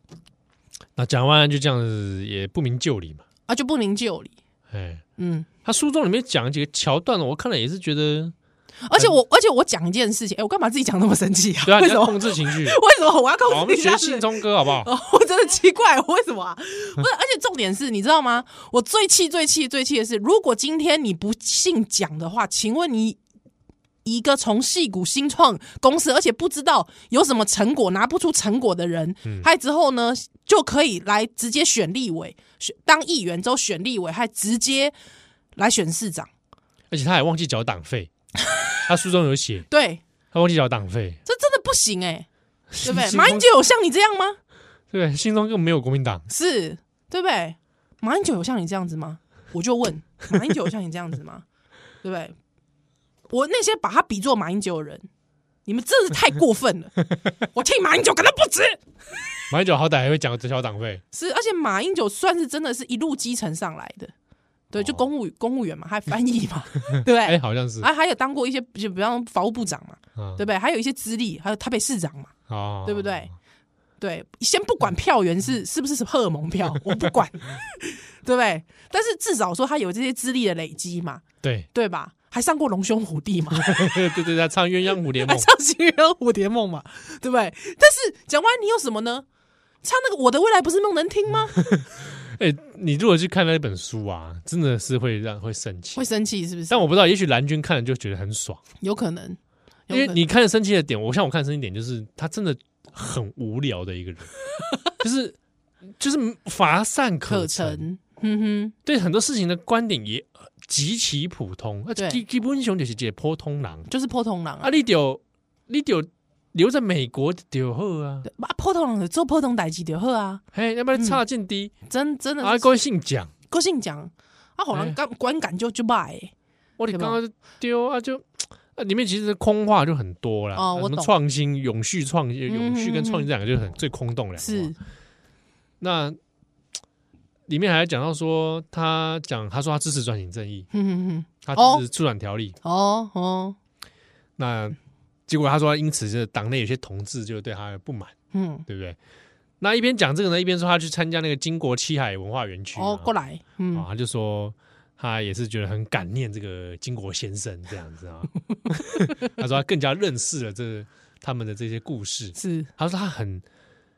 Speaker 2: 那蒋万安就这样子也不明就里嘛，
Speaker 3: 啊，就不明就里。
Speaker 2: 哎，
Speaker 3: 嗯，
Speaker 2: 他书中里面讲几个桥段，我看了也是觉得，
Speaker 3: 而且我，而且我讲一件事情，哎、我干嘛自己讲那么生气啊？
Speaker 2: 对啊，
Speaker 3: 为
Speaker 2: 你
Speaker 3: 什
Speaker 2: 要
Speaker 3: 么？
Speaker 2: 控制情绪。
Speaker 3: 为什么我要
Speaker 2: 好，我
Speaker 3: 控制
Speaker 2: 们
Speaker 3: 一
Speaker 2: 学
Speaker 3: 下
Speaker 2: 信
Speaker 3: 子
Speaker 2: 中歌好不好？
Speaker 3: 哦， 我真的奇怪，我为什么啊？不是，而且重点是，你知道吗？我最气、最气、最气的是，如果今天你不姓蒋的话，请问你一个从戏骨新创公司，而且不知道有什么成果、拿不出成果的人，还之后呢，就可以来直接选立委，选当议员之后选立委，还直接来选市长。
Speaker 2: 而且他还忘记缴党费，他书中有写，
Speaker 3: 对，
Speaker 2: 他忘记缴党费，
Speaker 3: 这真的不行哎、对不对？
Speaker 2: 信
Speaker 3: 马英
Speaker 2: 中
Speaker 3: 九有像你这样吗？
Speaker 2: 对，心中根本没有国民党，
Speaker 3: 是，对不对？马英九有像你这样子吗？我 就问，马英九有像你这样子吗？对不对？我那些把他比作马英九的人，你们真的是太过 分了！我替马英九感到不值。
Speaker 2: 马英九好歹还会讲缴党费，
Speaker 3: 是，而且马英九算是真的是一路基层上来的，对，就
Speaker 2: 哦
Speaker 3: 公务公务员 嘛，还翻译嘛，对不对？
Speaker 2: 哎、好像是，
Speaker 3: 啊，还有当过一些，就比方法务部长嘛，
Speaker 2: 嗯
Speaker 3: 对不对？还有一些资历，还有台北市长嘛，
Speaker 2: 哦嗯
Speaker 3: 对不对？？对，先不管票源是是不是荷尔 蒙票，我不管，对不对？但是至少说他有这些资历的累积嘛，
Speaker 2: 对
Speaker 3: 对吧？还上过《龙兄虎弟》 嘛，
Speaker 2: 对对，他唱《鸳鸯蝴蝶
Speaker 3: 还
Speaker 2: 梦》
Speaker 3: 唱《情人蝴蝶梦》嘛，对不对？但是讲完你有什么呢？唱那个《我的未来不是梦》能听吗？
Speaker 2: 哎、你如果去看那本书啊，真的是会让会生气
Speaker 3: 会。生气是不是？
Speaker 2: 但我不知道，也许蓝军看了就觉得很爽，
Speaker 3: 有可能，有
Speaker 2: 因为
Speaker 3: 可能
Speaker 2: 你看了生气的点，我像我看生气点就是他真的很无聊的一 个人，就是就是乏善
Speaker 3: 可
Speaker 2: 可陈，
Speaker 3: 成，哼哼，
Speaker 2: 对很多事情的观点也呃极其普通，而且
Speaker 3: 对
Speaker 2: 基基本上就是解普通狼
Speaker 3: 就是破铜狼
Speaker 2: 啊，
Speaker 3: 啊，
Speaker 2: 你就你就留在美国就好啊，
Speaker 3: 对啊破铜狼做破铜代志就好啊，
Speaker 2: 嘿，要不然差劲低，
Speaker 3: 真真的
Speaker 2: 啊，
Speaker 3: 是
Speaker 2: 各位姓蒋，
Speaker 3: 个性讲，啊，好
Speaker 2: 哎
Speaker 3: 人感观感就就败、欸。
Speaker 2: 我你
Speaker 3: 对
Speaker 2: 刚
Speaker 3: 吧
Speaker 2: 刚就丢啊就。啊，里面其实空话就很多啦，
Speaker 3: 哦
Speaker 2: 啊
Speaker 3: 我
Speaker 2: 什么
Speaker 3: 懂
Speaker 2: 创新、永续创、呃永续跟
Speaker 3: 嗯嗯嗯
Speaker 2: 创新这两个就很最空洞两个
Speaker 3: 是
Speaker 2: 话。那里面还讲到说，他讲他说他支持转型正义，
Speaker 3: 哼哼哼，
Speaker 2: 他
Speaker 3: 哦
Speaker 2: 支持促转条例。
Speaker 3: 哦哦，
Speaker 2: 那结果他说，因此这党内有些同志就对他不满，
Speaker 3: 嗯，
Speaker 2: 对不对？那一边讲这个呢，一边说他去参加那个金国七海文化园区嘛
Speaker 3: 哦，过来，嗯
Speaker 2: 啊啊，，他就说他也是觉得很感念这个金国先生这样子啊。他说他更加认识了这他们的这些故事。
Speaker 3: 是
Speaker 2: 他说他很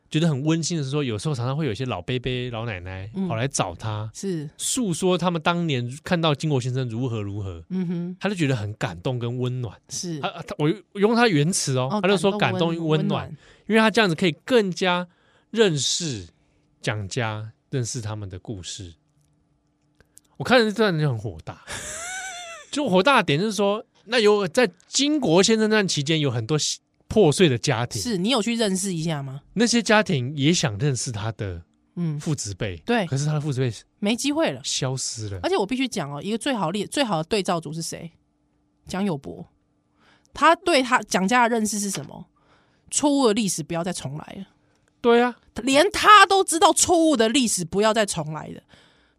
Speaker 2: 觉得很温馨的是说，有时候常常会有一些老伯伯、老奶奶
Speaker 3: 嗯
Speaker 2: 跑来找他，
Speaker 3: 是，
Speaker 2: 诉说他们当年看到金国先生如何如何，
Speaker 3: 嗯哼，
Speaker 2: 他就觉得很感动跟温暖。
Speaker 3: 是
Speaker 2: 他。他我我用他的原词哦
Speaker 3: 哦，
Speaker 2: 他就说感动与
Speaker 3: 温
Speaker 2: 温暖，，因为他这样子可以更加认识蒋家，认识他们的故事。我看了这段就很火大， 就火大的点就是说，那有在金国先生那段期间，有很多破碎的家庭，
Speaker 3: 是你有去认识一下吗？
Speaker 2: 那些家庭也想认识他的
Speaker 3: 嗯，
Speaker 2: 父子辈，
Speaker 3: 对
Speaker 2: 可是他的父子辈
Speaker 3: 没机会了。
Speaker 2: 消失了
Speaker 3: 而。且我必须讲哦，一个最好例最好的对照组是谁？蒋友柏，他对他蒋家的认识是什么？错误的历史不要再重来了，
Speaker 2: 对啊，
Speaker 3: 连他都知道错误的历史不要再重来了，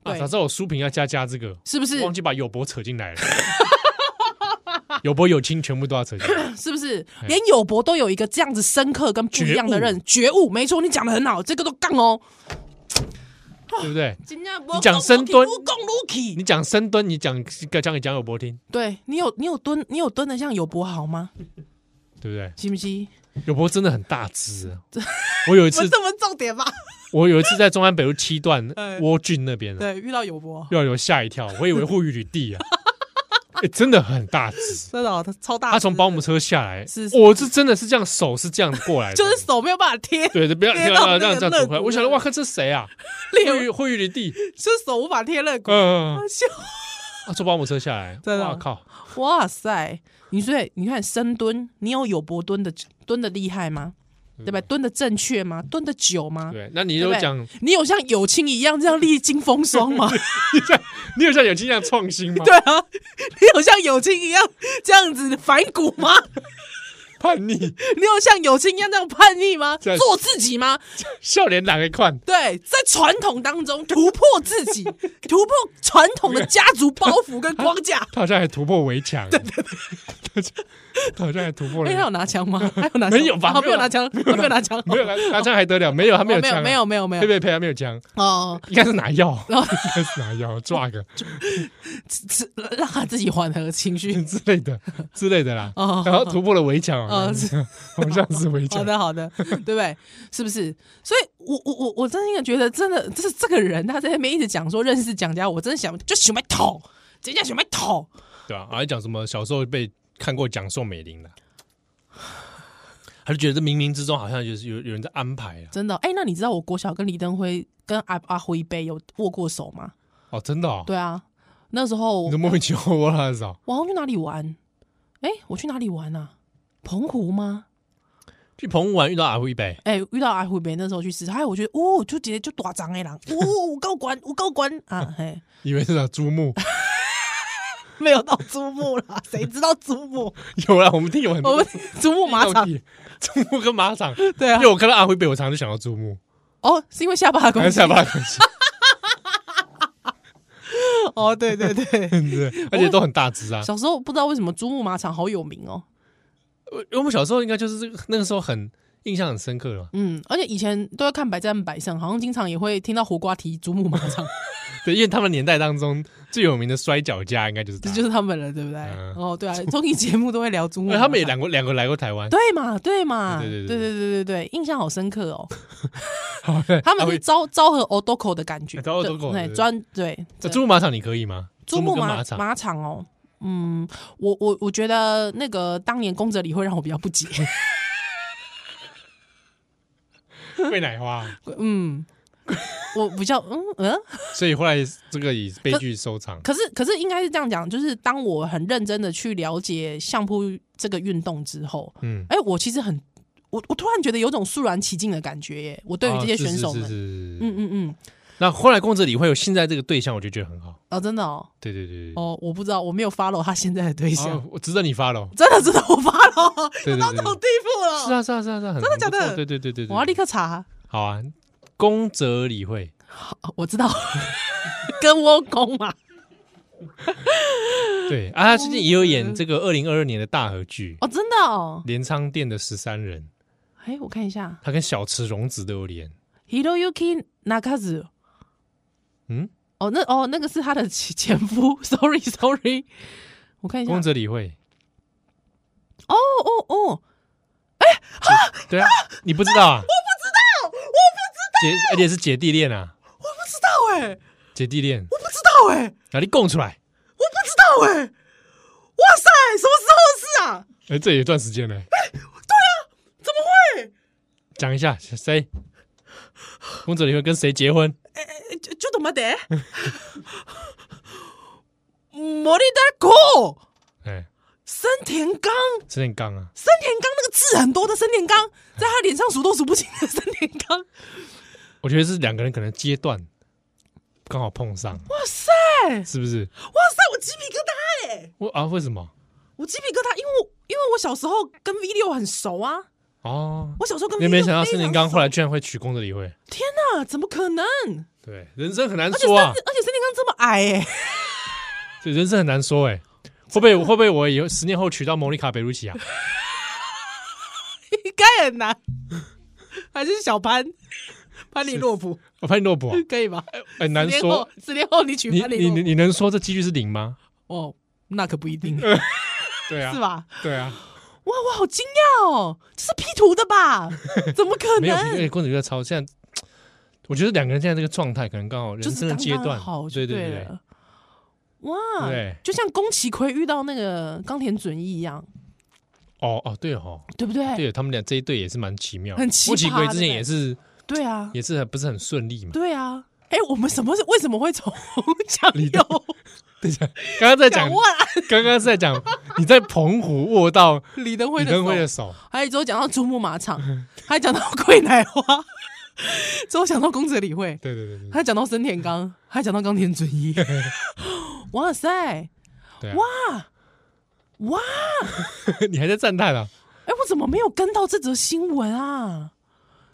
Speaker 2: 啊，
Speaker 3: 对
Speaker 2: 早知道我书评要加加这个，
Speaker 3: 是不是？
Speaker 2: 忘记把友伯扯进来了。 友伯友亲全部都要扯进来，
Speaker 3: 是不是
Speaker 2: 哎？
Speaker 3: 连友博都有一个这样子深刻跟不一样的认觉悟，没错，你讲的很好，这个都杠哦。
Speaker 2: 对不对？
Speaker 3: 真的
Speaker 2: 你讲深蹲
Speaker 3: 无讲无起
Speaker 2: 你讲深蹲，你讲讲给蒋友柏听，
Speaker 3: 对你有你有蹲，你有蹲的像友博好吗？
Speaker 2: 对不对？
Speaker 3: 信不信？
Speaker 2: 友柏真的很大只啊，我有一次，
Speaker 3: 么重点吧？
Speaker 2: 我有一次在中安北路七段
Speaker 3: 哎
Speaker 2: 窝郡那边啊，
Speaker 3: 对，遇到友博，
Speaker 2: 要有吓一跳，我以为护玉女帝啊， 哎真的很大只。
Speaker 3: 真的哦、他超大只，
Speaker 2: 他从保姆车下来，
Speaker 3: 是是
Speaker 2: 我是真的是这样，手是这样过来的，
Speaker 3: 就是手没有办法贴，
Speaker 2: 对的，不要不
Speaker 3: 贴
Speaker 2: 要
Speaker 3: 到
Speaker 2: 不要这
Speaker 3: 那
Speaker 2: 样
Speaker 3: 个
Speaker 2: 这样走
Speaker 3: 肋
Speaker 2: 回来。
Speaker 3: 骨
Speaker 2: 我想说，哇靠，这是谁啊？护 玉护玉女帝，
Speaker 3: 就是手无法贴肋骨。
Speaker 2: 嗯，嗯嗯
Speaker 3: 笑
Speaker 2: 啊坐保姆车下来，
Speaker 3: 真的
Speaker 2: 哇靠，
Speaker 3: 哇塞！你所以你看深蹲，你有友博蹲的蹲的厉害吗？对吧？蹲的正确吗？蹲的久吗？
Speaker 2: 嗯对，那你
Speaker 3: 对
Speaker 2: 有
Speaker 3: 不对
Speaker 2: 讲，
Speaker 3: 你有像友情一样这样历经风霜吗？
Speaker 2: 你有像有经这样创新吗？
Speaker 3: 对啊，你有像友情一样这样子反骨吗？
Speaker 2: 叛逆，
Speaker 3: 你有像友情一样这样叛逆吗？
Speaker 2: 这
Speaker 3: 做自己吗？
Speaker 2: 笑脸哪个看？
Speaker 3: 对，在传统当中突破自 己，突破传统的家族包袱跟框架。
Speaker 2: 他好像还突破围墙，对对对，他好像还突破了
Speaker 3: 哎，
Speaker 2: 围
Speaker 3: 他有
Speaker 2: 墙，
Speaker 3: 拿枪吗？他有拿枪吗啊
Speaker 2: 没有吧
Speaker 3: 他没
Speaker 2: 没
Speaker 3: 有
Speaker 2: 有啊
Speaker 3: 拿枪，他没有拿枪，
Speaker 2: 没有拿拿枪还得了？没有，他没有
Speaker 3: 哦没有
Speaker 2: 枪啊，
Speaker 3: 没有没有没有
Speaker 2: 呸呸呸，他没有枪，
Speaker 3: 哦，
Speaker 2: 应该是拿药，
Speaker 3: 然 后
Speaker 2: 应该是拿药抓个
Speaker 3: 只让他自己缓和情绪。
Speaker 2: 之类的之类的啦，
Speaker 3: 哦
Speaker 2: 然后突破了围墙，
Speaker 3: 哦
Speaker 2: 好像好像是围
Speaker 3: 好
Speaker 2: 墙，
Speaker 3: 的，好的，对不对？是不是？所以我，我我我真的觉得，真的，这这个人他在那边一直讲说认识蒋家，我真的想就喜欢讨，人家喜欢讨，
Speaker 2: 对吧？还讲什么小时候被看过讲宋美 龄的，他就觉得冥冥之中好像就是有有人在安排啊，
Speaker 3: 真的。哎，那你知道我国小跟李登辉跟阿阿辉杯有握过手吗？
Speaker 2: 哦，真的哦，
Speaker 3: 对啊，那时候
Speaker 2: 你
Speaker 3: 我
Speaker 2: 都莫名其妙握他的手，
Speaker 3: 我好像去哪里玩？哎，我去哪里玩啊？澎湖吗？
Speaker 2: 去澎湖玩遇到阿辉呗，
Speaker 3: 哎、遇到阿辉杯那时候去吃，哎，我觉得哦，就直接就大张哎狼，哦，我高管，我高管啊，嘿。
Speaker 2: 以为是找珠 穆，
Speaker 3: 没有到珠穆啦，谁知道珠穆？
Speaker 2: 有啦，我们听有很 多
Speaker 3: 我们珠穆马场，，
Speaker 2: 珠穆跟马场，
Speaker 3: 对啊
Speaker 2: 因为，我看到阿辉被我常常就想到珠穆，
Speaker 3: 哦，是因为下巴的
Speaker 2: 还
Speaker 3: 关
Speaker 2: 是
Speaker 3: 系，
Speaker 2: 下巴关系，
Speaker 3: 哦，对对对，
Speaker 2: 对，而且都很大只啊。
Speaker 3: 小时候不知道为什么珠穆马场好有名哦，
Speaker 2: 因为我们小时候应该就是这个那个时候很印象很深刻了嘛，
Speaker 3: 嗯，而且以前都要看百战百胜，好像经常也会听到胡瓜提珠穆马场，
Speaker 2: 对，因为他们年代当中最有名的摔跤家应该就是
Speaker 3: 这
Speaker 2: 他，
Speaker 3: 就是他们了，对不对？
Speaker 2: 啊嗯
Speaker 3: 哦，对啊， 综艺节目都会聊珠穆
Speaker 2: 因为
Speaker 3: 马场，
Speaker 2: 哎 他们也两个两个来过台湾，
Speaker 3: 对嘛，对嘛，
Speaker 2: 对对对
Speaker 3: 对对对对对，印象好深刻 哦。
Speaker 2: 好对
Speaker 3: 他们
Speaker 2: 阿辉
Speaker 3: 是昭昭和 Odoko 的感觉，
Speaker 2: 哎昭和 Odoko，对
Speaker 3: 对，
Speaker 2: 对
Speaker 3: 专对
Speaker 2: 那珠穆马场你可以吗？
Speaker 3: 珠
Speaker 2: 穆
Speaker 3: 穆
Speaker 2: 跟
Speaker 3: 马
Speaker 2: 场，
Speaker 3: 马场哦，嗯，我我我觉得那个当年宫泽理惠让我比较不解，
Speaker 2: 桂奶花，
Speaker 3: 嗯，我比较嗯嗯，
Speaker 2: 所以后来这个以悲剧收场。
Speaker 3: 可是可是应该是这样讲，就是当我很认真的去了解相扑这个运动之后，
Speaker 2: 嗯，
Speaker 3: 哎、我其实很我我突然觉得有种肃然起敬的感觉耶，我对于
Speaker 2: 啊
Speaker 3: 这些选手
Speaker 2: 是
Speaker 3: 们，
Speaker 2: 是是是
Speaker 3: 嗯
Speaker 2: 是
Speaker 3: 嗯嗯，
Speaker 2: 那后来公子李会有现在这个对象，我就觉得很好。
Speaker 3: 哦，真的哦，
Speaker 2: 对对对对，
Speaker 3: 哦，我不知道，我没有 follow 他现在的对象。
Speaker 2: 啊，我值得你发了。
Speaker 3: 真的真的，我发了，
Speaker 2: 对对对
Speaker 3: 就到这种地步了。
Speaker 2: 是啊是啊是啊是啊，真
Speaker 3: 哦真的假的
Speaker 2: 对对对对对，
Speaker 3: 我要立刻查。
Speaker 2: 好啊，宫泽理 惠，
Speaker 3: 哦我知道，跟窝工嘛，
Speaker 2: 对啊，他最近也有演这个二零二二年的大合剧
Speaker 3: 哦，
Speaker 2: 《
Speaker 3: 真的哦。
Speaker 2: 镰仓店的十三人》，
Speaker 3: 哎，我看一下
Speaker 2: 他跟小池荣子都有演。
Speaker 3: ，Hiroyuki Nakazu。
Speaker 2: 嗯，
Speaker 3: 哦，那哦，那个是他的前前夫，sorry sorry，我 看一下，
Speaker 2: 宫泽理惠，
Speaker 3: 哦哦哦，哦
Speaker 2: 对啊，你不知道啊？我不知道，姐，而且是姐弟恋啊，
Speaker 3: 不知道哎、
Speaker 2: 姐弟恋，
Speaker 3: 我不知道哎、
Speaker 2: 把你供出来。
Speaker 3: 我不知道哎、哇塞，什么时候的事啊？
Speaker 2: 哎、这也一段时 间了、
Speaker 3: 欸怎么会？
Speaker 2: 讲一下谁？公主你会跟谁结婚？
Speaker 3: えちょちょっと 待って森田剛
Speaker 2: 哎、
Speaker 3: 森田刚
Speaker 2: 陈建刚啊，
Speaker 3: 森田刚那个字很多的森田刚，在他脸上数都数不清的森田刚，
Speaker 2: 我觉得是两个人可能阶段刚好碰上，
Speaker 3: 哇塞，
Speaker 2: 是不是？
Speaker 3: 哇塞，我鸡皮疙瘩哎、
Speaker 2: 我啊，为什么？
Speaker 3: 我鸡皮疙瘩，因为我因为我小时候跟 V 六很熟啊，
Speaker 2: 哦，
Speaker 3: 我小时候跟
Speaker 2: 你
Speaker 3: V
Speaker 2: 也
Speaker 3: 六
Speaker 2: 没想到森林刚后
Speaker 3: 来，
Speaker 2: 来居然会娶公主李慧，
Speaker 3: 天哪，怎么可能？而
Speaker 2: 对，人生很难
Speaker 3: 且
Speaker 2: 说
Speaker 3: 森
Speaker 2: 啊，
Speaker 3: 而且森田刚这么矮哎、
Speaker 2: 对，人生很难说哎、会不会会不会我以后十年后娶到莫妮卡贝鲁奇啊？
Speaker 3: 应 该很难，还是小潘潘尼洛普
Speaker 2: 我潘尼洛 普啊，
Speaker 3: 可以吧？
Speaker 2: 很
Speaker 3: 十
Speaker 2: 难
Speaker 3: 年
Speaker 2: 说
Speaker 3: 后。，十年后你娶
Speaker 2: 你
Speaker 3: 潘尼
Speaker 2: 你
Speaker 3: 洛
Speaker 2: 你
Speaker 3: 普
Speaker 2: 你能说这几率是零吗？
Speaker 3: 哦，那可不一定。
Speaker 2: 对啊，
Speaker 3: 是？吧？
Speaker 2: 对啊，
Speaker 3: 哇，我好惊讶哦，这是 P 图的吧？ 怎么可
Speaker 2: 没有，
Speaker 3: 能
Speaker 2: 而？且公主又超现在，我觉得两个人现在这个状态可能刚好人
Speaker 3: 就是
Speaker 2: 生
Speaker 3: 刚
Speaker 2: 的
Speaker 3: 刚
Speaker 2: 阶段，
Speaker 3: 好就
Speaker 2: 对对对，
Speaker 3: 了。哇，
Speaker 2: 对
Speaker 3: 就像宫崎葵遇到那个冈田准一一样，
Speaker 2: 哦哦对哦，
Speaker 3: 对不对？
Speaker 2: 对他们俩这一对也是蛮奇妙的，
Speaker 3: 哎很奇葩
Speaker 2: 莫奇奎之
Speaker 3: 对
Speaker 2: 前
Speaker 3: 不对
Speaker 2: 也是
Speaker 3: 对啊，
Speaker 2: 也是很不是很顺利嘛。
Speaker 3: 对啊。哎，我们什么是为什么会从酱油
Speaker 2: 刚刚在
Speaker 3: 讲
Speaker 2: 讲，
Speaker 3: 万
Speaker 2: 刚刚是在讲你在澎湖握 到
Speaker 3: 李登辉
Speaker 2: 李
Speaker 3: 的手
Speaker 2: 登辉的手，
Speaker 3: 还有之后讲到珠穆马场， 还讲到桂奶花， 之后讲到宫泽理惠，
Speaker 2: 对对对对
Speaker 3: 还讲到森田刚，还讲到冈田 准一。哇塞，
Speaker 2: 对啊，
Speaker 3: 哇哇！
Speaker 2: 你还在赞叹啊？
Speaker 3: 哎，我怎么没有跟到这则新闻啊？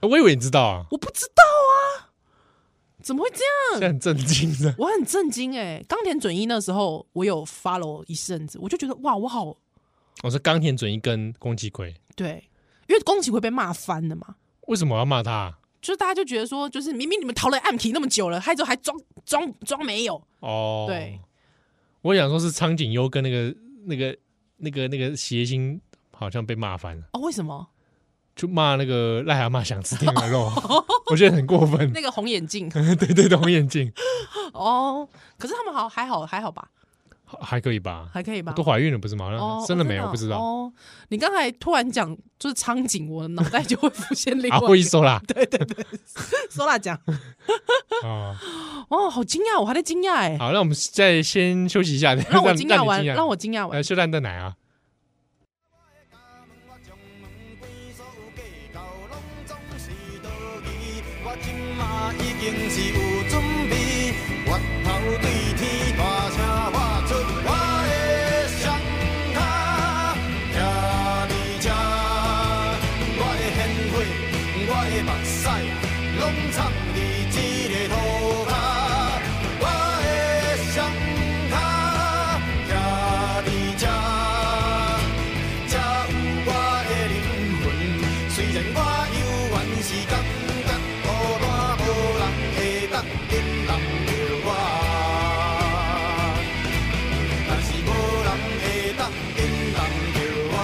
Speaker 2: 我以为你知道啊，
Speaker 3: 我不知道啊，怎么会这
Speaker 2: 现在
Speaker 3: 样？
Speaker 2: 很震惊的，
Speaker 3: 我很震惊哎、冈田准一那时候我有 follow 一阵子，我就觉得哇，我好
Speaker 2: 我说冈田准一跟宫崎葵，
Speaker 3: 对，因为宫崎会被骂翻的嘛，
Speaker 2: 为什么我要骂他啊？
Speaker 3: 就是大家就觉得说，就是明明你们逃了暗题那么久了，还之后还装装装没有，
Speaker 2: 哦，
Speaker 3: 对，
Speaker 2: 我想说是苍井优跟那个那个那个那个谐星好像被骂翻了，
Speaker 3: 哦，为什么？
Speaker 2: 就骂那个癞蛤蟆想吃天鹅 肉，啊我觉得很过分。
Speaker 3: 那个红眼 镜
Speaker 2: 对对对，红眼镜
Speaker 3: 哦，可是他们好还好还好吧，
Speaker 2: 还还可以吧？
Speaker 3: 还可以吧
Speaker 2: 都。怀孕了不是吗？
Speaker 3: 哦，
Speaker 2: 生了
Speaker 3: 哦
Speaker 2: 没有？
Speaker 3: 真的
Speaker 2: 我不知道。
Speaker 3: 哦，你刚才突然讲就是苍井，我脑袋就会浮现另
Speaker 2: 啊，
Speaker 3: 外
Speaker 2: 会
Speaker 3: 一
Speaker 2: 收 啦！
Speaker 3: 说啦讲，
Speaker 2: 啊，
Speaker 3: 哦，好惊讶，我还在惊讶哎，
Speaker 2: 好，那我们再先休息一下， 让
Speaker 3: 让我惊讶
Speaker 2: 你
Speaker 3: 完，
Speaker 2: 惊讶
Speaker 3: 让我惊讶完
Speaker 2: 来。秀蛋蛋奶啊！
Speaker 4: 我将门关，所有计较拢总是道义。我今嘛已经是有准备，越头对天大声喊出我的双脚，徛在这，我的鲜血，我的目屎，拢藏在这个土下。我的双脚徛在这。才有我的灵魂。虽然我犹原是感觉孤单，无人会当引领着我，但是无人会当引领着我。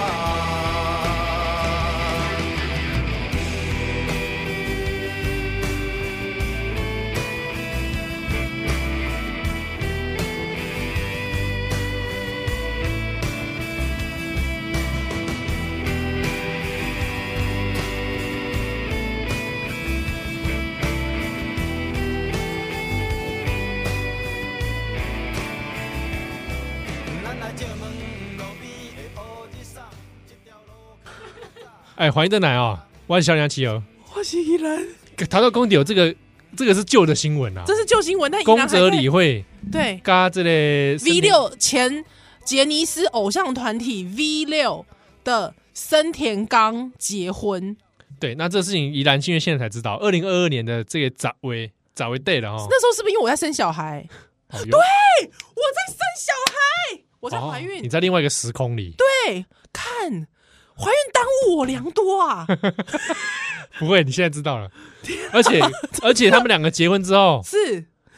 Speaker 4: 咱来借问路边的乌日送这条路。
Speaker 2: 哎，欢迎蛋奶啊！我是小梁琪儿。
Speaker 3: 花西依兰，
Speaker 2: 谈到公有这个这个是旧的新闻啊，
Speaker 3: 这是旧新闻，但
Speaker 2: 宫泽理惠
Speaker 3: 对
Speaker 2: 加这类
Speaker 3: V 六前杰尼斯偶像团体 V 六的森田刚结婚，
Speaker 2: 对，那这事情宜兰新月现在才知道，二零二二年的这个早为早为 day 了哦。
Speaker 3: 那时候是不是因为我在生小孩？
Speaker 2: 对，
Speaker 3: 我在生小孩，我
Speaker 2: 我
Speaker 3: 在怀孕
Speaker 2: 哦你，在另外一个时空里，
Speaker 3: 对，看怀孕耽误我良 多啊！
Speaker 2: 不会，你现在知 道了。而且而且他们两个结婚之后，
Speaker 3: 是，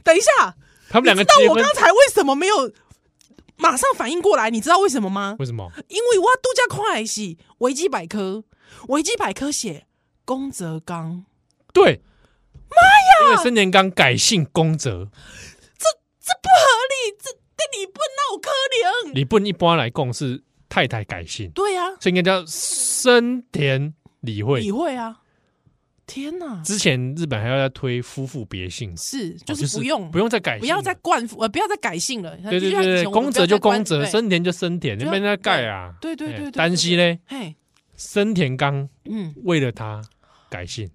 Speaker 3: 等一下，
Speaker 2: 他们两
Speaker 3: 你
Speaker 2: 个
Speaker 3: 知道
Speaker 2: 结
Speaker 3: 我
Speaker 2: 婚
Speaker 3: 刚才为什么没有马上反应过来？你知道为什么吗？
Speaker 2: 为什么？
Speaker 3: 因为我度假快是维基百科，维基百科写宫泽刚，
Speaker 2: 对，因为生田刚改姓宫泽，
Speaker 3: 这不合理，这这你不闹可怜。
Speaker 2: 李本一般来讲是太太改姓，
Speaker 3: 对呀、啊，
Speaker 2: 所以应该叫生田理惠
Speaker 3: 你。会啊！天哪，
Speaker 2: 之前日本还要在推夫妇别姓，
Speaker 3: 是就
Speaker 2: 哦
Speaker 3: 是不用、
Speaker 2: 不用再改姓了，
Speaker 3: 不要再灌服呃不要再改姓了，
Speaker 2: 对对
Speaker 3: 就像以
Speaker 2: 对对，
Speaker 3: 前我
Speaker 2: 宫
Speaker 3: 们不要
Speaker 2: 泽
Speaker 3: 再
Speaker 2: 就
Speaker 3: 灌
Speaker 2: 宫泽，
Speaker 3: 对
Speaker 2: 生田就生田，那
Speaker 3: 就要
Speaker 2: 边在盖啊。
Speaker 3: 对对对对对
Speaker 2: 丹西嘞，
Speaker 3: 嘿，
Speaker 2: 生田刚
Speaker 3: 嗯，
Speaker 2: 为了他改姓，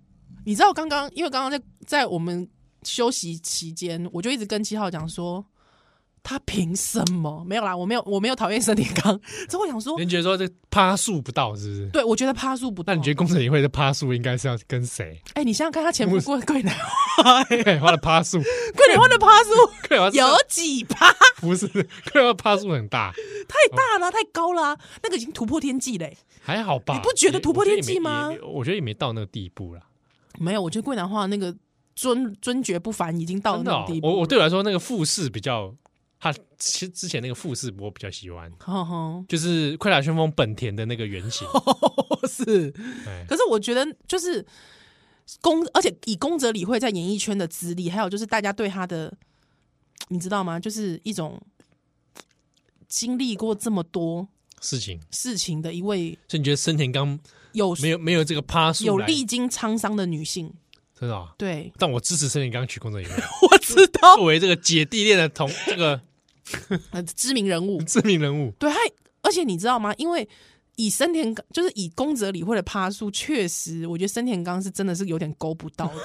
Speaker 3: 你知道刚刚因为刚刚在在我们休息期间，我就一直跟七号讲说。他凭什么？没有啦，我没有，我没有讨厌森田刚。只我想说，
Speaker 2: 您觉得说这趴数不到是不是？
Speaker 3: 对我觉得趴数不到。
Speaker 2: 那你觉得宫泽理惠的趴数应该是要跟 谁？
Speaker 3: 哎、你想想看，他前夫桂桂南
Speaker 2: 花的趴数，
Speaker 3: 桂莲 花的趴数
Speaker 2: 桂花
Speaker 3: 有 几趴？
Speaker 2: 不是桂花趴数很大，
Speaker 3: 太大了，太高了啊、那个已经突破天际嘞、
Speaker 2: 还好吧？
Speaker 3: 你不觉得突破天际吗
Speaker 2: 也也我觉得也没到那个地步啦。
Speaker 3: 没有，我觉得桂南花那个尊尊爵不凡已经到了
Speaker 2: 真的
Speaker 3: 那
Speaker 2: 哦、
Speaker 3: 种地步。
Speaker 2: 我我对我来说那个复式比较，他其实之前那个复式我比较喜欢，
Speaker 3: 哼
Speaker 2: 哦
Speaker 3: 哼，
Speaker 2: 就是快打旋风本田的那个原 型。
Speaker 3: 是。
Speaker 2: 哎
Speaker 3: 可是我觉得就是宫，而且以宫泽理惠在演艺圈的资历，还有就是大家对她的，你知道吗？就是一种经历过这么多
Speaker 2: 事情，
Speaker 3: 事情的一位
Speaker 2: 所以你觉得森田刚
Speaker 3: 有
Speaker 2: 没有没有这个趴数
Speaker 3: 有
Speaker 2: 来
Speaker 3: 历经沧桑的女性。
Speaker 2: 真的、哦？
Speaker 3: 对，
Speaker 2: 但我支持森田刚娶宫泽理惠，
Speaker 3: 我知道
Speaker 2: 作为这个姐弟恋的同这个
Speaker 3: 呃知名人物，
Speaker 2: 知名人物，
Speaker 3: 对，还而且你知道吗？因为以森田刚就是以宫泽理惠的趴数，确实，我觉得森田刚是真的是有点勾不到的。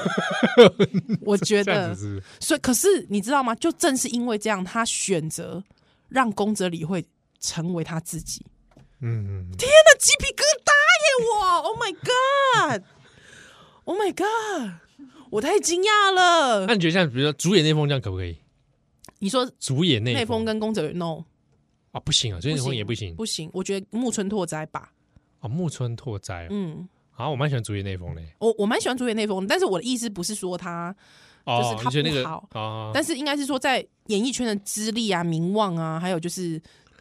Speaker 3: 我觉
Speaker 2: 这样
Speaker 3: 得
Speaker 2: 子，是不是
Speaker 3: 所以可是你知道吗？就正是因为这样，他选择让宫泽理惠成为他自己。
Speaker 2: 嗯嗯，
Speaker 3: 天哪，鸡皮疙瘩耶！我 ，Oh my God，Oh my God，我太惊讶了
Speaker 2: 那。你觉得像比如说主演内丰这样可不可以？
Speaker 3: 你说
Speaker 2: 主演内
Speaker 3: 内丰跟嗯宫泽 No
Speaker 2: 啊不行啊，主演内丰也不行
Speaker 3: 不行，我觉得木村拓哉吧。
Speaker 2: 啊。木村拓哉
Speaker 3: 嗯，
Speaker 2: 啊，我蛮喜欢主演内丰的，
Speaker 3: 我我蛮喜欢主演内丰，但是我的意思不是说他，
Speaker 2: 哦，
Speaker 3: 就是他
Speaker 2: 你觉得那个
Speaker 3: 不好
Speaker 2: 啊，
Speaker 3: 但是应该是说在演艺圈的资历啊、名望啊，还有就是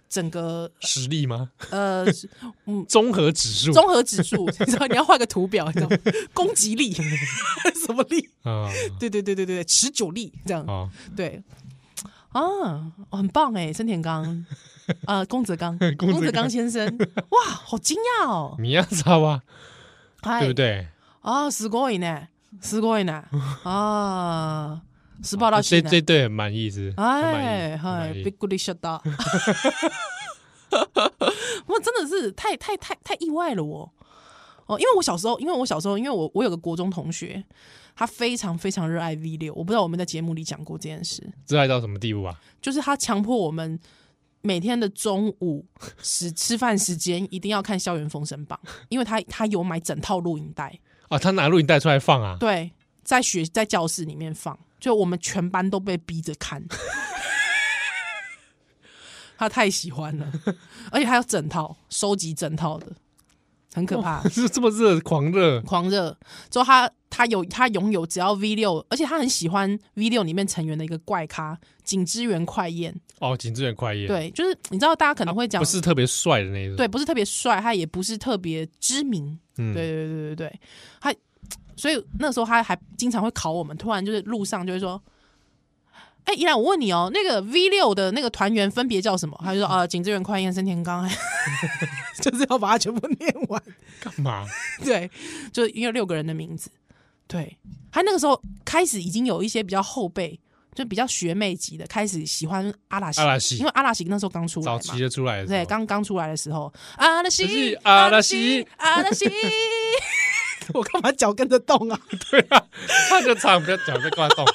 Speaker 3: 整个
Speaker 2: 实力吗？
Speaker 3: 呃
Speaker 2: 综合指数
Speaker 3: 综合指数， 你知道你要画个图表，你知道吗攻 击力什么力？
Speaker 2: 啊
Speaker 3: 对对对对对对，持久力这样
Speaker 2: 啊，
Speaker 3: 对啊，很棒哎，森田刚。啊，宫泽刚，
Speaker 2: 宫泽
Speaker 3: 宫泽刚 先生，哇，好惊讶哦！
Speaker 2: 米亚扎 哇，
Speaker 3: 嗨
Speaker 2: 啊对不对？
Speaker 3: 啊，すごいね，すごいね，欸啊，十八到
Speaker 2: 这
Speaker 3: 七
Speaker 2: 这
Speaker 3: 呢，
Speaker 2: 对很满意是不是？
Speaker 3: 哎，
Speaker 2: 很满
Speaker 3: 嗨，
Speaker 2: 意很
Speaker 3: びっ
Speaker 2: 满意
Speaker 3: くりしちゃった。 我真的是太太太太意外了我哦，因为我小时候，因为我小时候，因为我我有个国中同学，他非常非常热爱 V 六，我不知道我们在节目里讲过这件事，
Speaker 2: 热爱到什么地步啊？
Speaker 3: 就是他强迫我们每天的中午时吃饭时间一定要看《校园封神榜》，因为他他有买整套录影带，
Speaker 2: 啊，他拿录影带出来放啊，
Speaker 3: 对，在学在教室里面放，就我们全班都被逼着看。 他太喜欢了，而且还有整套，收集整套的，很可怕，
Speaker 2: 是这么热狂热
Speaker 3: 狂热。之后他他有他拥有只要 V 六，而且他很喜欢 V 六里面成员的一个怪咖景之源快彦，
Speaker 2: 哦，景志远快业，，
Speaker 3: 对，就是你知道大家可能会讲、
Speaker 2: 啊不是特别帅的那一种，
Speaker 3: 对，，不是特别帅，他也不是特别知名，
Speaker 2: 嗯，
Speaker 3: 对对对对对，他所以那时候他还经常会考我们，突然就是路上就会说：“哎、依然我问你哦，那个 V 六的那个团员分别叫什么？”他就
Speaker 2: 嗯
Speaker 3: 说：“啊，景志源、快彦、森田刚， 就是要把它全部 念完。
Speaker 2: 干嘛？”
Speaker 3: 对，就因为六个人的名字。对，他那个时候开始已经有一些比较后辈，就比较学妹级的开始喜欢阿拉西，
Speaker 2: 阿拉西
Speaker 3: 因为阿拉西那时候刚出来
Speaker 2: 早
Speaker 3: 嘛，
Speaker 2: 期就出来了，
Speaker 3: 对，刚刚出来的时候，阿拉
Speaker 2: 可是
Speaker 3: 西，
Speaker 2: 阿拉西，
Speaker 3: 阿拉西，我干嘛脚跟着动啊？
Speaker 2: 对啊，他就唱不要讲被挂动，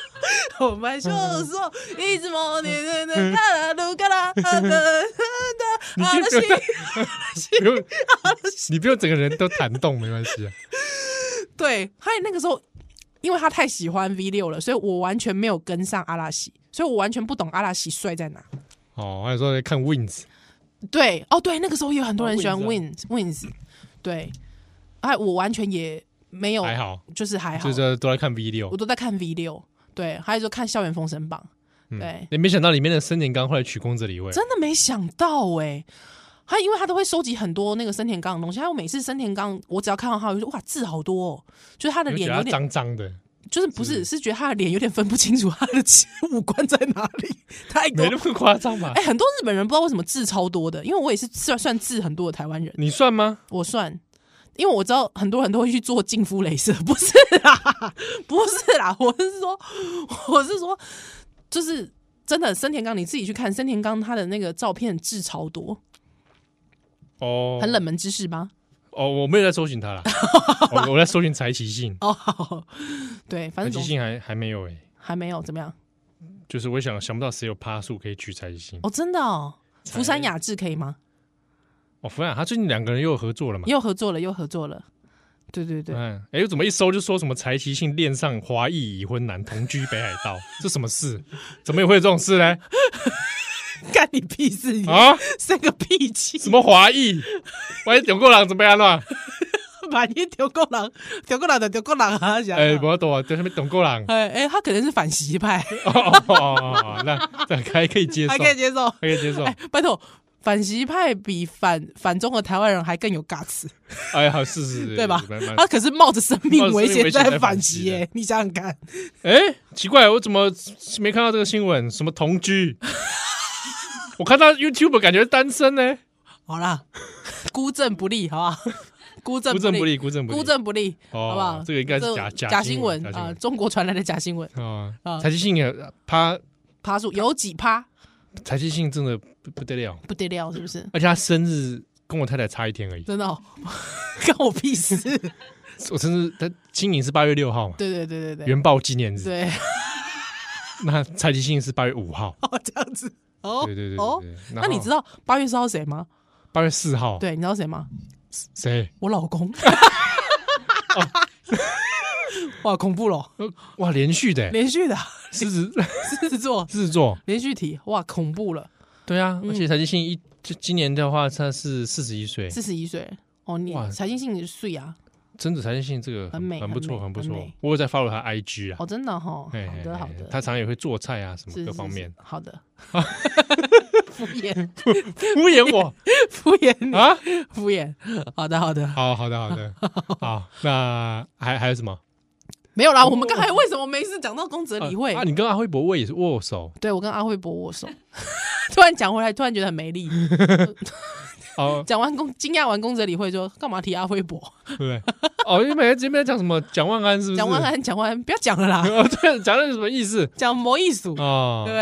Speaker 3: 我们就说一直梦你的那那那嘎啦啊的 的阿拉西，
Speaker 2: 不用，你不用整个人都弹动没关系啊，
Speaker 3: 对，还有那个时候。因为他太喜欢 V 六了，所以我完全没有跟上阿拉西，所以我完全不懂阿拉西帅在哪。
Speaker 2: 哦，还有说看 Wins，
Speaker 3: 对，哦，对，那个时候有很多人喜欢
Speaker 2: 哦
Speaker 3: Wins Wins，对，哎，我完全也没有，
Speaker 2: 还好，
Speaker 3: 就是还好
Speaker 2: 就，是都在看 V 六
Speaker 3: 我，都在看 V 六，对，还有就看《校园封神榜》对
Speaker 2: 也没想到里面的森田刚后来娶宫泽理惠，
Speaker 3: 真的没想到哎、他因为他都会收集很多那个森田刚的东西，还有每次森田刚，我只要看到他，我就说哇字好多、哦，就是他的
Speaker 2: 你会
Speaker 3: 脸
Speaker 2: 觉得他
Speaker 3: 有点
Speaker 2: 脏脏的，嗯
Speaker 3: 就是不是
Speaker 2: 是
Speaker 3: 是觉得他的脸有点分不清楚他的五官在哪里， 太多
Speaker 2: 没。那么夸张吧
Speaker 3: 哎、？很多日本人不知道为什么字超多的，因为我也是算算字很多的台湾人，
Speaker 2: 你算吗？
Speaker 3: 我算，因为我知道很多人都会去做净肤镭射，不是啦， 不是啦，我是说，我是说，就是真的森田刚，你自己去看森田刚他的那个照片字超多，
Speaker 2: 哦，
Speaker 3: 很冷门知识吧？
Speaker 2: 哦，我没有在搜寻他 啦，我我在搜寻柴崎幸，
Speaker 3: 哦，好对，反
Speaker 2: 柴
Speaker 3: 正
Speaker 2: 崎
Speaker 3: 总
Speaker 2: 幸还还没有哎、
Speaker 3: 还没有怎么样
Speaker 2: 就是我想想不到谁有趴树可以取柴崎幸
Speaker 3: 哦，真的哦，
Speaker 2: 才
Speaker 3: 福山雅治可以吗？
Speaker 2: 哦，福雅他最近两个人又有合作了嘛？
Speaker 3: 又合作了，又合作了，对对 对，
Speaker 2: 嗯，哎，怎么一搜就说什么柴崎幸恋上华裔已婚男，同居北海道，这什么事？怎么也会有这种事呢？
Speaker 3: 干你屁事！你
Speaker 2: 啊，
Speaker 3: 生个屁气！
Speaker 2: 什么华裔？万一有过人怎么样啦？
Speaker 3: 满天丢够狼，丢够狼的丢够狼啊！想。
Speaker 2: 哎，不要懂啊，在上面懂过人
Speaker 3: 哎哎，他可能是反习派，
Speaker 2: 哦哦哦哦，哦那这还可以接受，
Speaker 3: 还
Speaker 2: 还
Speaker 3: 可以接受。
Speaker 2: 可以接受。
Speaker 3: 哎，拜托，反习派比反反中国台湾人还更有 guts，
Speaker 2: 哎，好，是是，是
Speaker 3: 对吧
Speaker 2: 蛮？蛮
Speaker 3: 他可是冒着生命
Speaker 2: 冒着生命
Speaker 3: 危险
Speaker 2: 危险在
Speaker 3: 在
Speaker 2: 反
Speaker 3: 反
Speaker 2: 习
Speaker 3: 习，哎，你想想看，
Speaker 2: 哎，奇怪，我怎么没看到这个新闻？什么同居？我看到 YouTube 感觉单身呢，
Speaker 3: 好啦，孤证不立，好吧？孤证
Speaker 2: 孤证不
Speaker 3: 不
Speaker 2: 立，，孤证不立，
Speaker 3: 孤证不立，
Speaker 2: 哦
Speaker 3: 好不好？
Speaker 2: 这个应该是假假
Speaker 3: 假
Speaker 2: 新
Speaker 3: 新
Speaker 2: 闻假
Speaker 3: 闻
Speaker 2: 新
Speaker 3: 啊，
Speaker 2: 闻
Speaker 3: 中国传来的假新闻。
Speaker 2: 哦
Speaker 3: 啊
Speaker 2: 柴崎幸也他
Speaker 3: 趴数有几趴
Speaker 2: 柴崎幸真的不不得了，
Speaker 3: 不得了，是不是？
Speaker 2: 而且他生日跟我太太差一天而已，
Speaker 3: 真的、哦， 关我 屁事！
Speaker 2: 我生日他今年是八月六号嘛，
Speaker 3: 对对对对对，
Speaker 2: 元爆纪念日，
Speaker 3: 对，
Speaker 2: 那柴崎幸是八月五号，
Speaker 3: 哦这样子哦，
Speaker 2: 对对对
Speaker 3: 哦
Speaker 2: 对对。
Speaker 3: 那你知
Speaker 2: 道
Speaker 3: 道八月四号谁吗？
Speaker 2: 八月四号
Speaker 3: 对，你知道谁吗？
Speaker 2: 谁？
Speaker 3: 我老公。
Speaker 2: 哦
Speaker 3: 哇，恐怖咯，
Speaker 2: 呃哇，连续的
Speaker 3: 连续的
Speaker 2: 狮子
Speaker 3: 狮子 座嗯
Speaker 2: 狮子座，
Speaker 3: 连续体，哇，恐怖了，
Speaker 2: 对啊，而且柴崎幸一就今年的话，他是四十一岁，
Speaker 3: 四十一岁哦，你
Speaker 2: 哇
Speaker 3: 财经性碎啊，
Speaker 2: 真的柴崎幸这个
Speaker 3: 很美
Speaker 2: 很不错，
Speaker 3: 很美
Speaker 2: 很不
Speaker 3: 很
Speaker 2: 错
Speaker 3: 美。
Speaker 2: 我有在 follow 他 IG 啊
Speaker 3: 哦，，真的哈，好
Speaker 2: 嘿
Speaker 3: 的好的，
Speaker 2: 他常常也会做菜啊，什么
Speaker 3: 是
Speaker 2: 各
Speaker 3: 是
Speaker 2: 方
Speaker 3: 是
Speaker 2: 面，
Speaker 3: 好的，敷衍
Speaker 2: 敷衍 我
Speaker 3: 敷衍
Speaker 2: 啊。
Speaker 3: 敷衍，好的好的，
Speaker 2: 好好的好 的好，那还还有什么？
Speaker 3: 没有啦，我们刚才为什么没事讲到宫泽理惠
Speaker 2: 啊，？你跟阿辉伯位也是握手
Speaker 3: 对我跟阿慧伯握手， 突然讲回来，突然觉得很没力。
Speaker 2: 哦，
Speaker 3: 讲完宫惊讶完宫泽理惠，说干嘛提阿慧伯？
Speaker 2: 对不 对？哦，因为每前面讲什么蒋万安是不是？
Speaker 3: 讲完安，讲完不要讲了啦，
Speaker 2: 哦，对，讲的是什么意思
Speaker 3: 讲魔艺术，
Speaker 2: 哦
Speaker 3: 对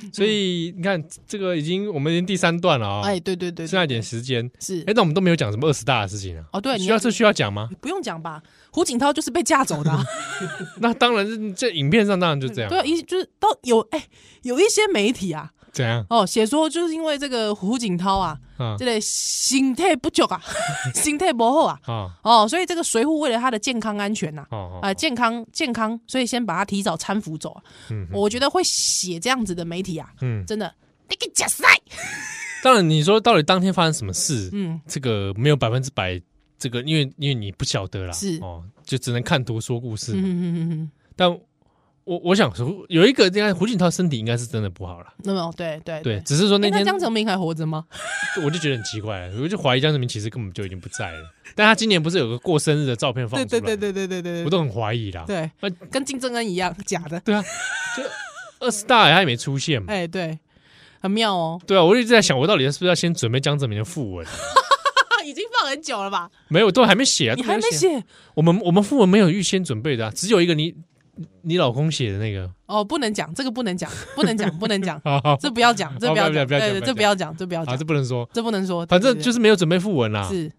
Speaker 3: 不，对？
Speaker 2: 所以你看这个已经我们已经第三段了啊，
Speaker 3: 哎，对对对，
Speaker 2: 剩下一点时间，
Speaker 3: 是
Speaker 2: 哎，那我们都没有讲什么二十大的事情啊。
Speaker 3: 哦，对，你
Speaker 2: 需要这需要讲吗？
Speaker 3: 不用讲吧？胡锦涛就是被架走的啊，
Speaker 2: 那当然是，这影片上当然就这样。
Speaker 3: 对啊，一就是到有哎有一些媒体啊，
Speaker 2: 怎样？
Speaker 3: 哦，写说就是因为这个胡锦涛啊，
Speaker 2: 啊
Speaker 3: 这个心态不足啊， 心态不好啊，
Speaker 2: 啊
Speaker 3: 哦，所以这个随护为了他的健康安全呐、啊。
Speaker 2: 哦
Speaker 3: 啊、健康健康，所以先把他提早搀扶走啊。
Speaker 2: 嗯
Speaker 3: 我觉得会写这样子的媒体啊，
Speaker 2: 嗯，
Speaker 3: 真的，你给假塞，
Speaker 2: 当然你说到底当天发生什么事？
Speaker 3: 嗯，
Speaker 2: 这个没有百分之百，这个因为因为你不晓得啦，
Speaker 3: 是
Speaker 2: 哦，就只能看图说故事。
Speaker 3: 嗯嗯嗯嗯，
Speaker 2: 但我我想说，有一个应该胡锦涛身体应该是真的不好了，
Speaker 3: 那么对哎对
Speaker 2: 对，，只是说那
Speaker 3: 那
Speaker 2: 天
Speaker 3: 江泽民还活着吗？
Speaker 2: 我就觉得很奇怪，我就怀疑江泽民其实根本就已经不在了。但他今年不是有个过生日的照片放出
Speaker 3: 对
Speaker 2: 来，
Speaker 3: 对对对对对
Speaker 2: 我
Speaker 3: 对对，
Speaker 2: 都很怀疑啦。
Speaker 3: 对，
Speaker 2: 那
Speaker 3: 跟金正恩一样假的，
Speaker 2: 对啊，就二十大他也没出现嘛。
Speaker 3: 哎对，很妙哦，
Speaker 2: 对啊，我一直在想，我到底是不是要先准备江泽民的讣 文？
Speaker 3: 啊，已经放很久了吧？
Speaker 2: 没有，都还没写啊，
Speaker 3: 你
Speaker 2: 都
Speaker 3: 还没
Speaker 2: 啊
Speaker 3: 写
Speaker 2: 我们我们讣文没有预先准备的、啊，只有一个你你老公写的那 个。，
Speaker 3: 哦，不能讲这个，不能讲，不能讲，不能讲
Speaker 2: 好
Speaker 3: 这不要讲，这
Speaker 2: 哦
Speaker 3: 不要
Speaker 2: 不要
Speaker 3: 讲，
Speaker 2: 不要不
Speaker 3: 对对，
Speaker 2: 要
Speaker 3: 这不要讲，这不要
Speaker 2: 啊，
Speaker 3: 讲
Speaker 2: 这，不能说，
Speaker 3: 这不能说，
Speaker 2: 反正就是是没有准备讣文啦、
Speaker 3: 是，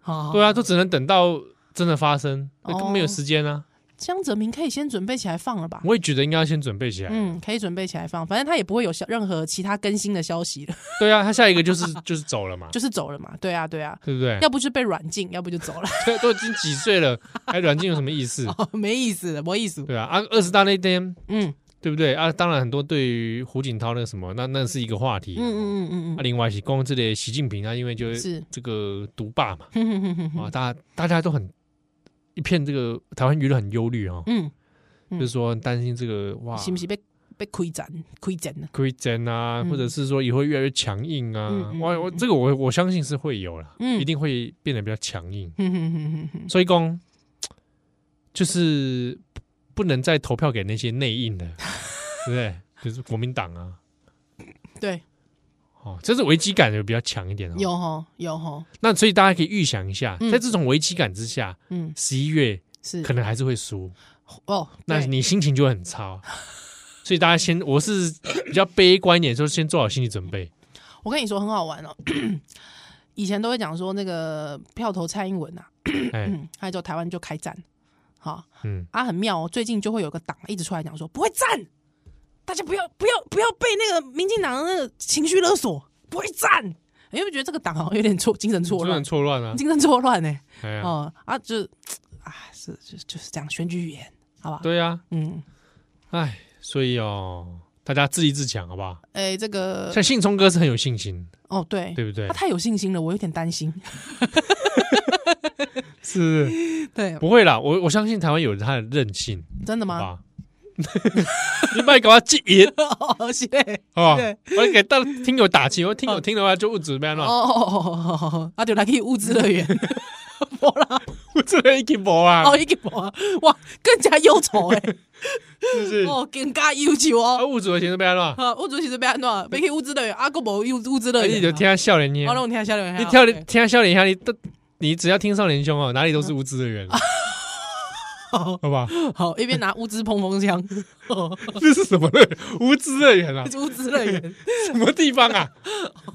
Speaker 3: 好，
Speaker 2: 对
Speaker 3: 啊，
Speaker 2: 啊，都只能等到真的发生，
Speaker 3: 哦
Speaker 2: 那根本没有时间啊。
Speaker 3: 江泽民可以先准备起来放了吧？
Speaker 2: 我也觉得应该要先准备起来。
Speaker 3: 嗯，可以准备起来放，反正他也不会有消任何其他更新的消息了，
Speaker 2: 对啊，他下一个就是 就是走了嘛，
Speaker 3: 就是走了嘛。对啊，对啊，
Speaker 2: 对不对
Speaker 3: 要？不就被软禁，要不就走了，
Speaker 2: 都都已经几岁了，还软禁有什么意思？
Speaker 3: 哦没意思了，没意思。
Speaker 2: 对啊，啊，二十大那天，
Speaker 3: 嗯
Speaker 2: 对不对啊？当然很多对于胡锦涛那个什么，那那是一个话题。
Speaker 3: 嗯嗯嗯嗯
Speaker 2: 啊，另外是光这里习近平啊，因为就是这个独霸嘛，
Speaker 3: 嗯哼哼哼
Speaker 2: 啊，
Speaker 3: 哼，
Speaker 2: 大家大家都很一片这个台湾舆论很忧虑啊，
Speaker 3: 嗯，嗯
Speaker 2: 就是说担心这个哇，
Speaker 3: 是不是被被亏斩亏斩了？
Speaker 2: 亏针啊，
Speaker 3: 嗯
Speaker 2: 或者是说以后越来越强硬啊
Speaker 3: 嗯，嗯
Speaker 2: 我我
Speaker 3: 嗯
Speaker 2: 这个我我相信是会有啦，
Speaker 3: 嗯
Speaker 2: 一定会变得比较强硬。
Speaker 3: 哼哼哼哼哼，
Speaker 2: 所以讲，就是不能再投票给那些内应的，对 不对？就是国民党啊，
Speaker 3: 对，
Speaker 2: 哦，这是危机感有比较强一点哦。
Speaker 3: 有吼有吼，
Speaker 2: 那所以大家可以预想一下，
Speaker 3: 嗯
Speaker 2: 在这种危机感之下，
Speaker 3: 嗯，
Speaker 2: 十一月
Speaker 3: 是
Speaker 2: 可能还是会输，
Speaker 3: 哦，
Speaker 2: 那
Speaker 3: 对
Speaker 2: 你心情就会很差。 所以大家先，我是比较悲观一点，说先做好心理准备。
Speaker 3: 我跟你说很好玩哦。 以前都会讲说那个票投蔡英文啊，
Speaker 2: 哎，
Speaker 3: 嗯，还有就台湾就开战，好
Speaker 2: 嗯，
Speaker 3: 啊，很妙哦。最近就会有个党一直出来讲说不会战，大家不要不要不要被那个民进党的那个情绪勒索，不会战。你会不会觉得这个党好像有点错精神错
Speaker 2: 就
Speaker 3: 乱
Speaker 2: 很？错乱啊。
Speaker 3: 嗯精神错乱呢、
Speaker 2: 哎呀，
Speaker 3: 哦啊，就啊是就就是这样选举语言，好吧？
Speaker 2: 对呀，
Speaker 3: 嗯，
Speaker 2: 哎，所以哦，大家自立自强，好不好？
Speaker 3: 哎、这个
Speaker 2: 像信聪哥是很有信心，
Speaker 3: 哦对
Speaker 2: 对不对
Speaker 3: 他？太有信心了，我有点担心。
Speaker 2: 是，
Speaker 3: 对，
Speaker 2: 不会啦，我我相信台湾有他的韧性，
Speaker 3: 真的
Speaker 2: 好
Speaker 3: 吗？
Speaker 2: 吧？ 你别搞他记忆
Speaker 3: 哦，是嘞。
Speaker 2: 啊！
Speaker 3: 对
Speaker 2: 我给到听友打气，我听友听的话就不准备
Speaker 3: 哦
Speaker 2: 乱，
Speaker 3: 哦哦，啊对，来去物资乐 园，无啦，
Speaker 2: 我这个一起播啊，
Speaker 3: 哦已经无啊，哇，更加忧愁欸诶，
Speaker 2: 是不是？
Speaker 3: 哦，更加忧愁
Speaker 2: 啊，
Speaker 3: 哦。
Speaker 2: 物主的钱都被他乱，
Speaker 3: 啊，物资其实要安怎，要去物资乐园，啊，个无物物资乐
Speaker 2: 而且哎
Speaker 3: 园
Speaker 2: 就
Speaker 3: 啊。
Speaker 2: 听他笑脸
Speaker 3: 好，
Speaker 2: 兄，
Speaker 3: 让我听下笑脸。
Speaker 2: 你跳
Speaker 3: 对
Speaker 2: 听他笑脸兄，你都你只要听少年兄哦，哪里
Speaker 3: 嗯
Speaker 2: 都是无知的人， 好
Speaker 3: 哦
Speaker 2: 吧？
Speaker 3: 好，一边拿物资碰风枪， 哦
Speaker 2: 这是什么乐园？无知的人啊，
Speaker 3: 物资 乐园，
Speaker 2: 什么地方 啊？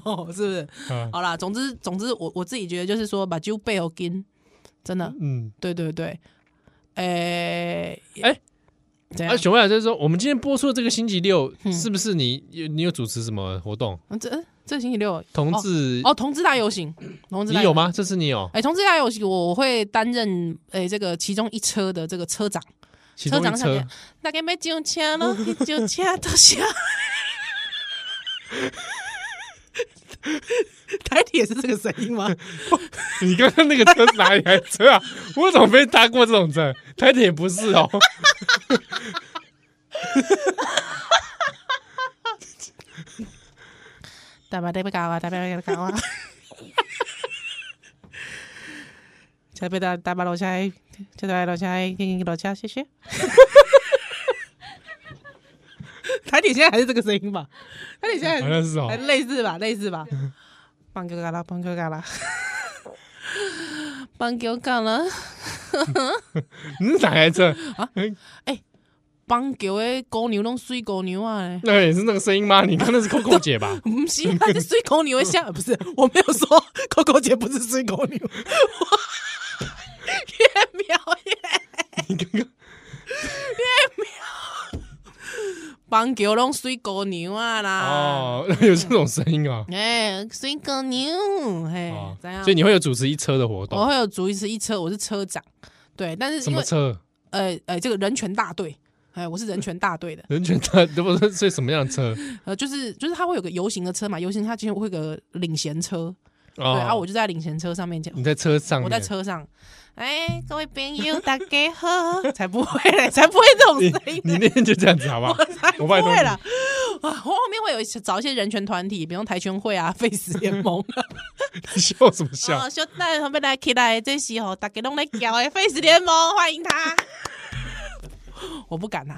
Speaker 3: 哦，是不是？
Speaker 2: 啊，
Speaker 3: 好啦，总之总之，我我自己觉得就是说，把酒背后跟，真的，
Speaker 2: 嗯，
Speaker 3: 对对对，诶、
Speaker 2: 哎
Speaker 3: 怎样
Speaker 2: 啊，？熊妹老师说，我们今天播出的这个星期六，
Speaker 3: 嗯
Speaker 2: 是不是你有你有主持什么活动？
Speaker 3: 啊这这星期六
Speaker 2: 同志，
Speaker 3: 哦，同志大游行，同志
Speaker 2: 你
Speaker 3: 大游
Speaker 2: 有？吗？这次你有？
Speaker 3: 哎、同志大游行，我我会担任哎、这个其中一车的这个车长，
Speaker 2: 其中一
Speaker 3: 车长
Speaker 2: 车
Speaker 3: 上，大概没上车 了，去上车啊到下。台铁是这个声音吗？
Speaker 2: 你刚刚那个车是哪里来的车啊？我怎么没搭过这种车？台铁不是哦。
Speaker 3: 大白不搞啊，大白不搞啊！才被大大白楼下，才大楼下，给楼下，谢 谢。台铁现在还是这个声音吧？台铁现在
Speaker 2: 好像是哦
Speaker 3: 还类似吧，类似吧。棒球嘎啦，棒球嘎 啦，棒球嘎啦，
Speaker 2: 你是哪台 车
Speaker 3: 哦
Speaker 2: 啊？
Speaker 3: 棒球的公牛拢水公牛啊嘞！？
Speaker 2: 那也是那个声音吗？你刚那是 Coco 姐吧
Speaker 3: 不是，啊，是水公牛 的像，不是，我没有说 Coco 姐不是水公牛，越描越
Speaker 2: 你刚刚
Speaker 3: 棒球拢水公牛啊啦，
Speaker 2: 哦，有这种声音啊？
Speaker 3: 哎、水公牛，嘿，
Speaker 2: 哦
Speaker 3: 怎样？
Speaker 2: 所以你会有主持一车的活
Speaker 3: 我
Speaker 2: 动？
Speaker 3: 会有组一次一车，我是车长，对，但是
Speaker 2: 什
Speaker 3: 因
Speaker 2: 么
Speaker 3: 为
Speaker 2: 车？
Speaker 3: 呃呃，这个人权大队。哎，我是人权 大队的，
Speaker 2: 人权车？不是，所以什么样的车？
Speaker 3: 呃，就是就是它会有个游行的车嘛，游行它其实会有个领衔车，
Speaker 2: 哦
Speaker 3: 对，啊，我就在领衔车上面讲，
Speaker 2: 你在车上面，
Speaker 3: 我在车上，哎，各位朋友，大家好，才不会嘞，才不会这种
Speaker 2: 你
Speaker 3: 声音
Speaker 2: 你
Speaker 3: 嘞，
Speaker 2: 那天就这样子好 不好？
Speaker 3: 才
Speaker 2: 我
Speaker 3: 不
Speaker 2: 拜托
Speaker 3: 会
Speaker 2: 你
Speaker 3: 啦。啊，后面会有一些找一些人权团体，比如台拳会啊、Face 联盟啊。
Speaker 2: 你笑什么笑？
Speaker 3: 哦，小蛋后面来起来，这时候大家都来搞哎，Face 联盟欢迎他。我不敢呐、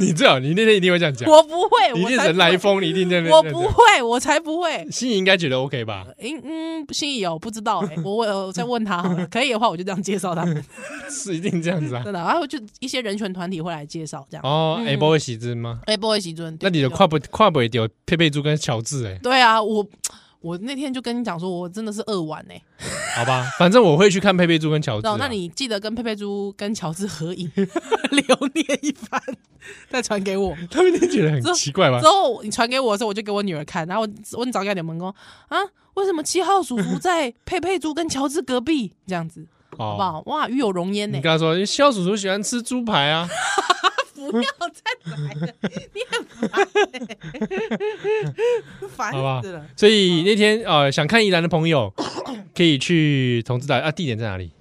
Speaker 2: 你最好，你那天一定会这样讲，
Speaker 3: 我不会，
Speaker 2: 你一
Speaker 3: 我
Speaker 2: 定
Speaker 3: 才
Speaker 2: 人
Speaker 3: 不会
Speaker 2: 来疯，你一定在那。
Speaker 3: 我不会，我才不会。
Speaker 2: 心里应该觉得 OK 吧？
Speaker 3: 嗯嗯，心仪哦，不知道哎、我问，我再问他好了，可以的话我就这样介绍他们，
Speaker 2: 是一定这样子啊
Speaker 3: 真？的。然后就一些人权团体会来介绍这样。
Speaker 2: 哦，哎，不会喜之吗？
Speaker 3: 哎、不好意思，尊，
Speaker 2: 那你的
Speaker 3: 嗯对
Speaker 2: 跨不跨不掉佩佩猪跟乔治哎，
Speaker 3: 对啊，我我那天就跟你讲说，我真的是二晚哎、欸，
Speaker 2: 好吧，反正我会去看佩佩猪跟乔
Speaker 3: 知
Speaker 2: 治
Speaker 3: 道
Speaker 2: 啊。
Speaker 3: 哦那你记得跟佩佩猪跟乔治合影 留念一番，再传给 我。
Speaker 2: 他们一定觉得很奇怪吧
Speaker 3: 之？后你传给我的时候，我就给我女儿看，然后我问早点你们工啊，为什么七号叔 叔在佩佩猪跟乔治隔壁这样子，好不
Speaker 2: 哦，
Speaker 3: 好？哇，与有容焉欸呢、
Speaker 2: 你跟他说，肖叔叔喜欢吃猪排啊，
Speaker 3: 不要再来了，你很烦、欸，
Speaker 2: 好吧
Speaker 3: 烦死了。
Speaker 2: 所以那天呃，想看宜兰的朋 友可以去同志岛啊，地点在哪里？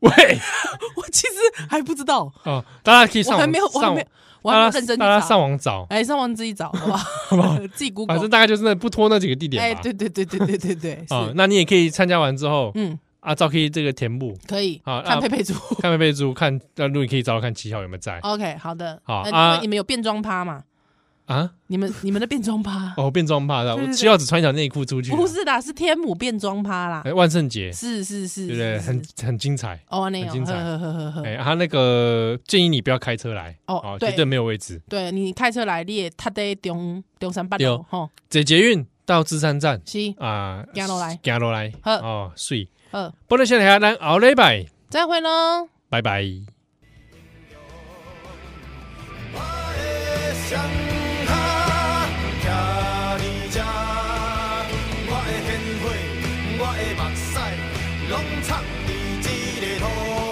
Speaker 2: 喂，
Speaker 3: 我其实还不知道，
Speaker 2: 哦，大家可以上
Speaker 3: 我还
Speaker 2: 网
Speaker 3: 没有，我还
Speaker 2: 上
Speaker 3: 没
Speaker 2: 网
Speaker 3: 有，我还没有
Speaker 2: 大家
Speaker 3: 认真去
Speaker 2: 大家
Speaker 3: 查。
Speaker 2: 上网找，
Speaker 3: 哎，上网自己找，好不好？好
Speaker 2: 好？
Speaker 3: 自己 Google。
Speaker 2: 反正大概就是那不拖那几个地点
Speaker 3: 哎，
Speaker 2: 吧
Speaker 3: 对。对对对对对对，
Speaker 2: 啊
Speaker 3: 是，
Speaker 2: 那你也可以参加完之后
Speaker 3: 嗯，
Speaker 2: 啊，照去这个田 木
Speaker 3: 可以
Speaker 2: 好啊
Speaker 3: 看佩 佩猪。
Speaker 2: 看贝贝猪，看那如你可以找找看七号有没有在啊
Speaker 3: OK，好的，
Speaker 2: 好
Speaker 3: 那
Speaker 2: 啊
Speaker 3: 那你们有变装趴吗？
Speaker 2: 啊？
Speaker 3: 你们你们的变装趴？
Speaker 2: 哦，变装怕的，
Speaker 3: 嗯对
Speaker 2: 我
Speaker 3: 对对
Speaker 2: 七号只穿一条内裤出去啊，
Speaker 3: 不是啦，是天母变装趴啦
Speaker 2: 哎，。万圣节
Speaker 3: 是是是，
Speaker 2: 对不对？
Speaker 3: 是
Speaker 2: 很
Speaker 3: 是
Speaker 2: 很精彩。
Speaker 3: 哦那
Speaker 2: 很
Speaker 3: 样，
Speaker 2: 精
Speaker 3: 呵
Speaker 2: 彩
Speaker 3: 呵呵呵呵。
Speaker 2: 哎，他那个建议你不要开车来
Speaker 3: 嗯哦
Speaker 2: 绝
Speaker 3: 对
Speaker 2: 对没有位置。
Speaker 3: 对你开车来，你也踏在中中山八
Speaker 2: 对哦
Speaker 3: 路吼，
Speaker 2: 这捷运到芝山站
Speaker 3: 是
Speaker 2: 啊，
Speaker 3: 走路来
Speaker 2: 行路来，
Speaker 3: 好
Speaker 2: 哦，水。
Speaker 3: 好，
Speaker 2: 不能先聊，咱后礼拜，
Speaker 3: 再会喽。
Speaker 2: 拜拜。
Speaker 4: 双脚徛伫这，我的鲜血，我的目屎，拢藏伫这个土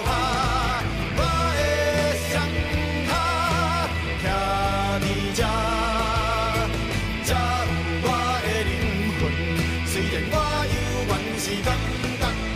Speaker 4: 骹。我的双脚徛伫这，这有我的灵魂。虽然我犹原是感觉。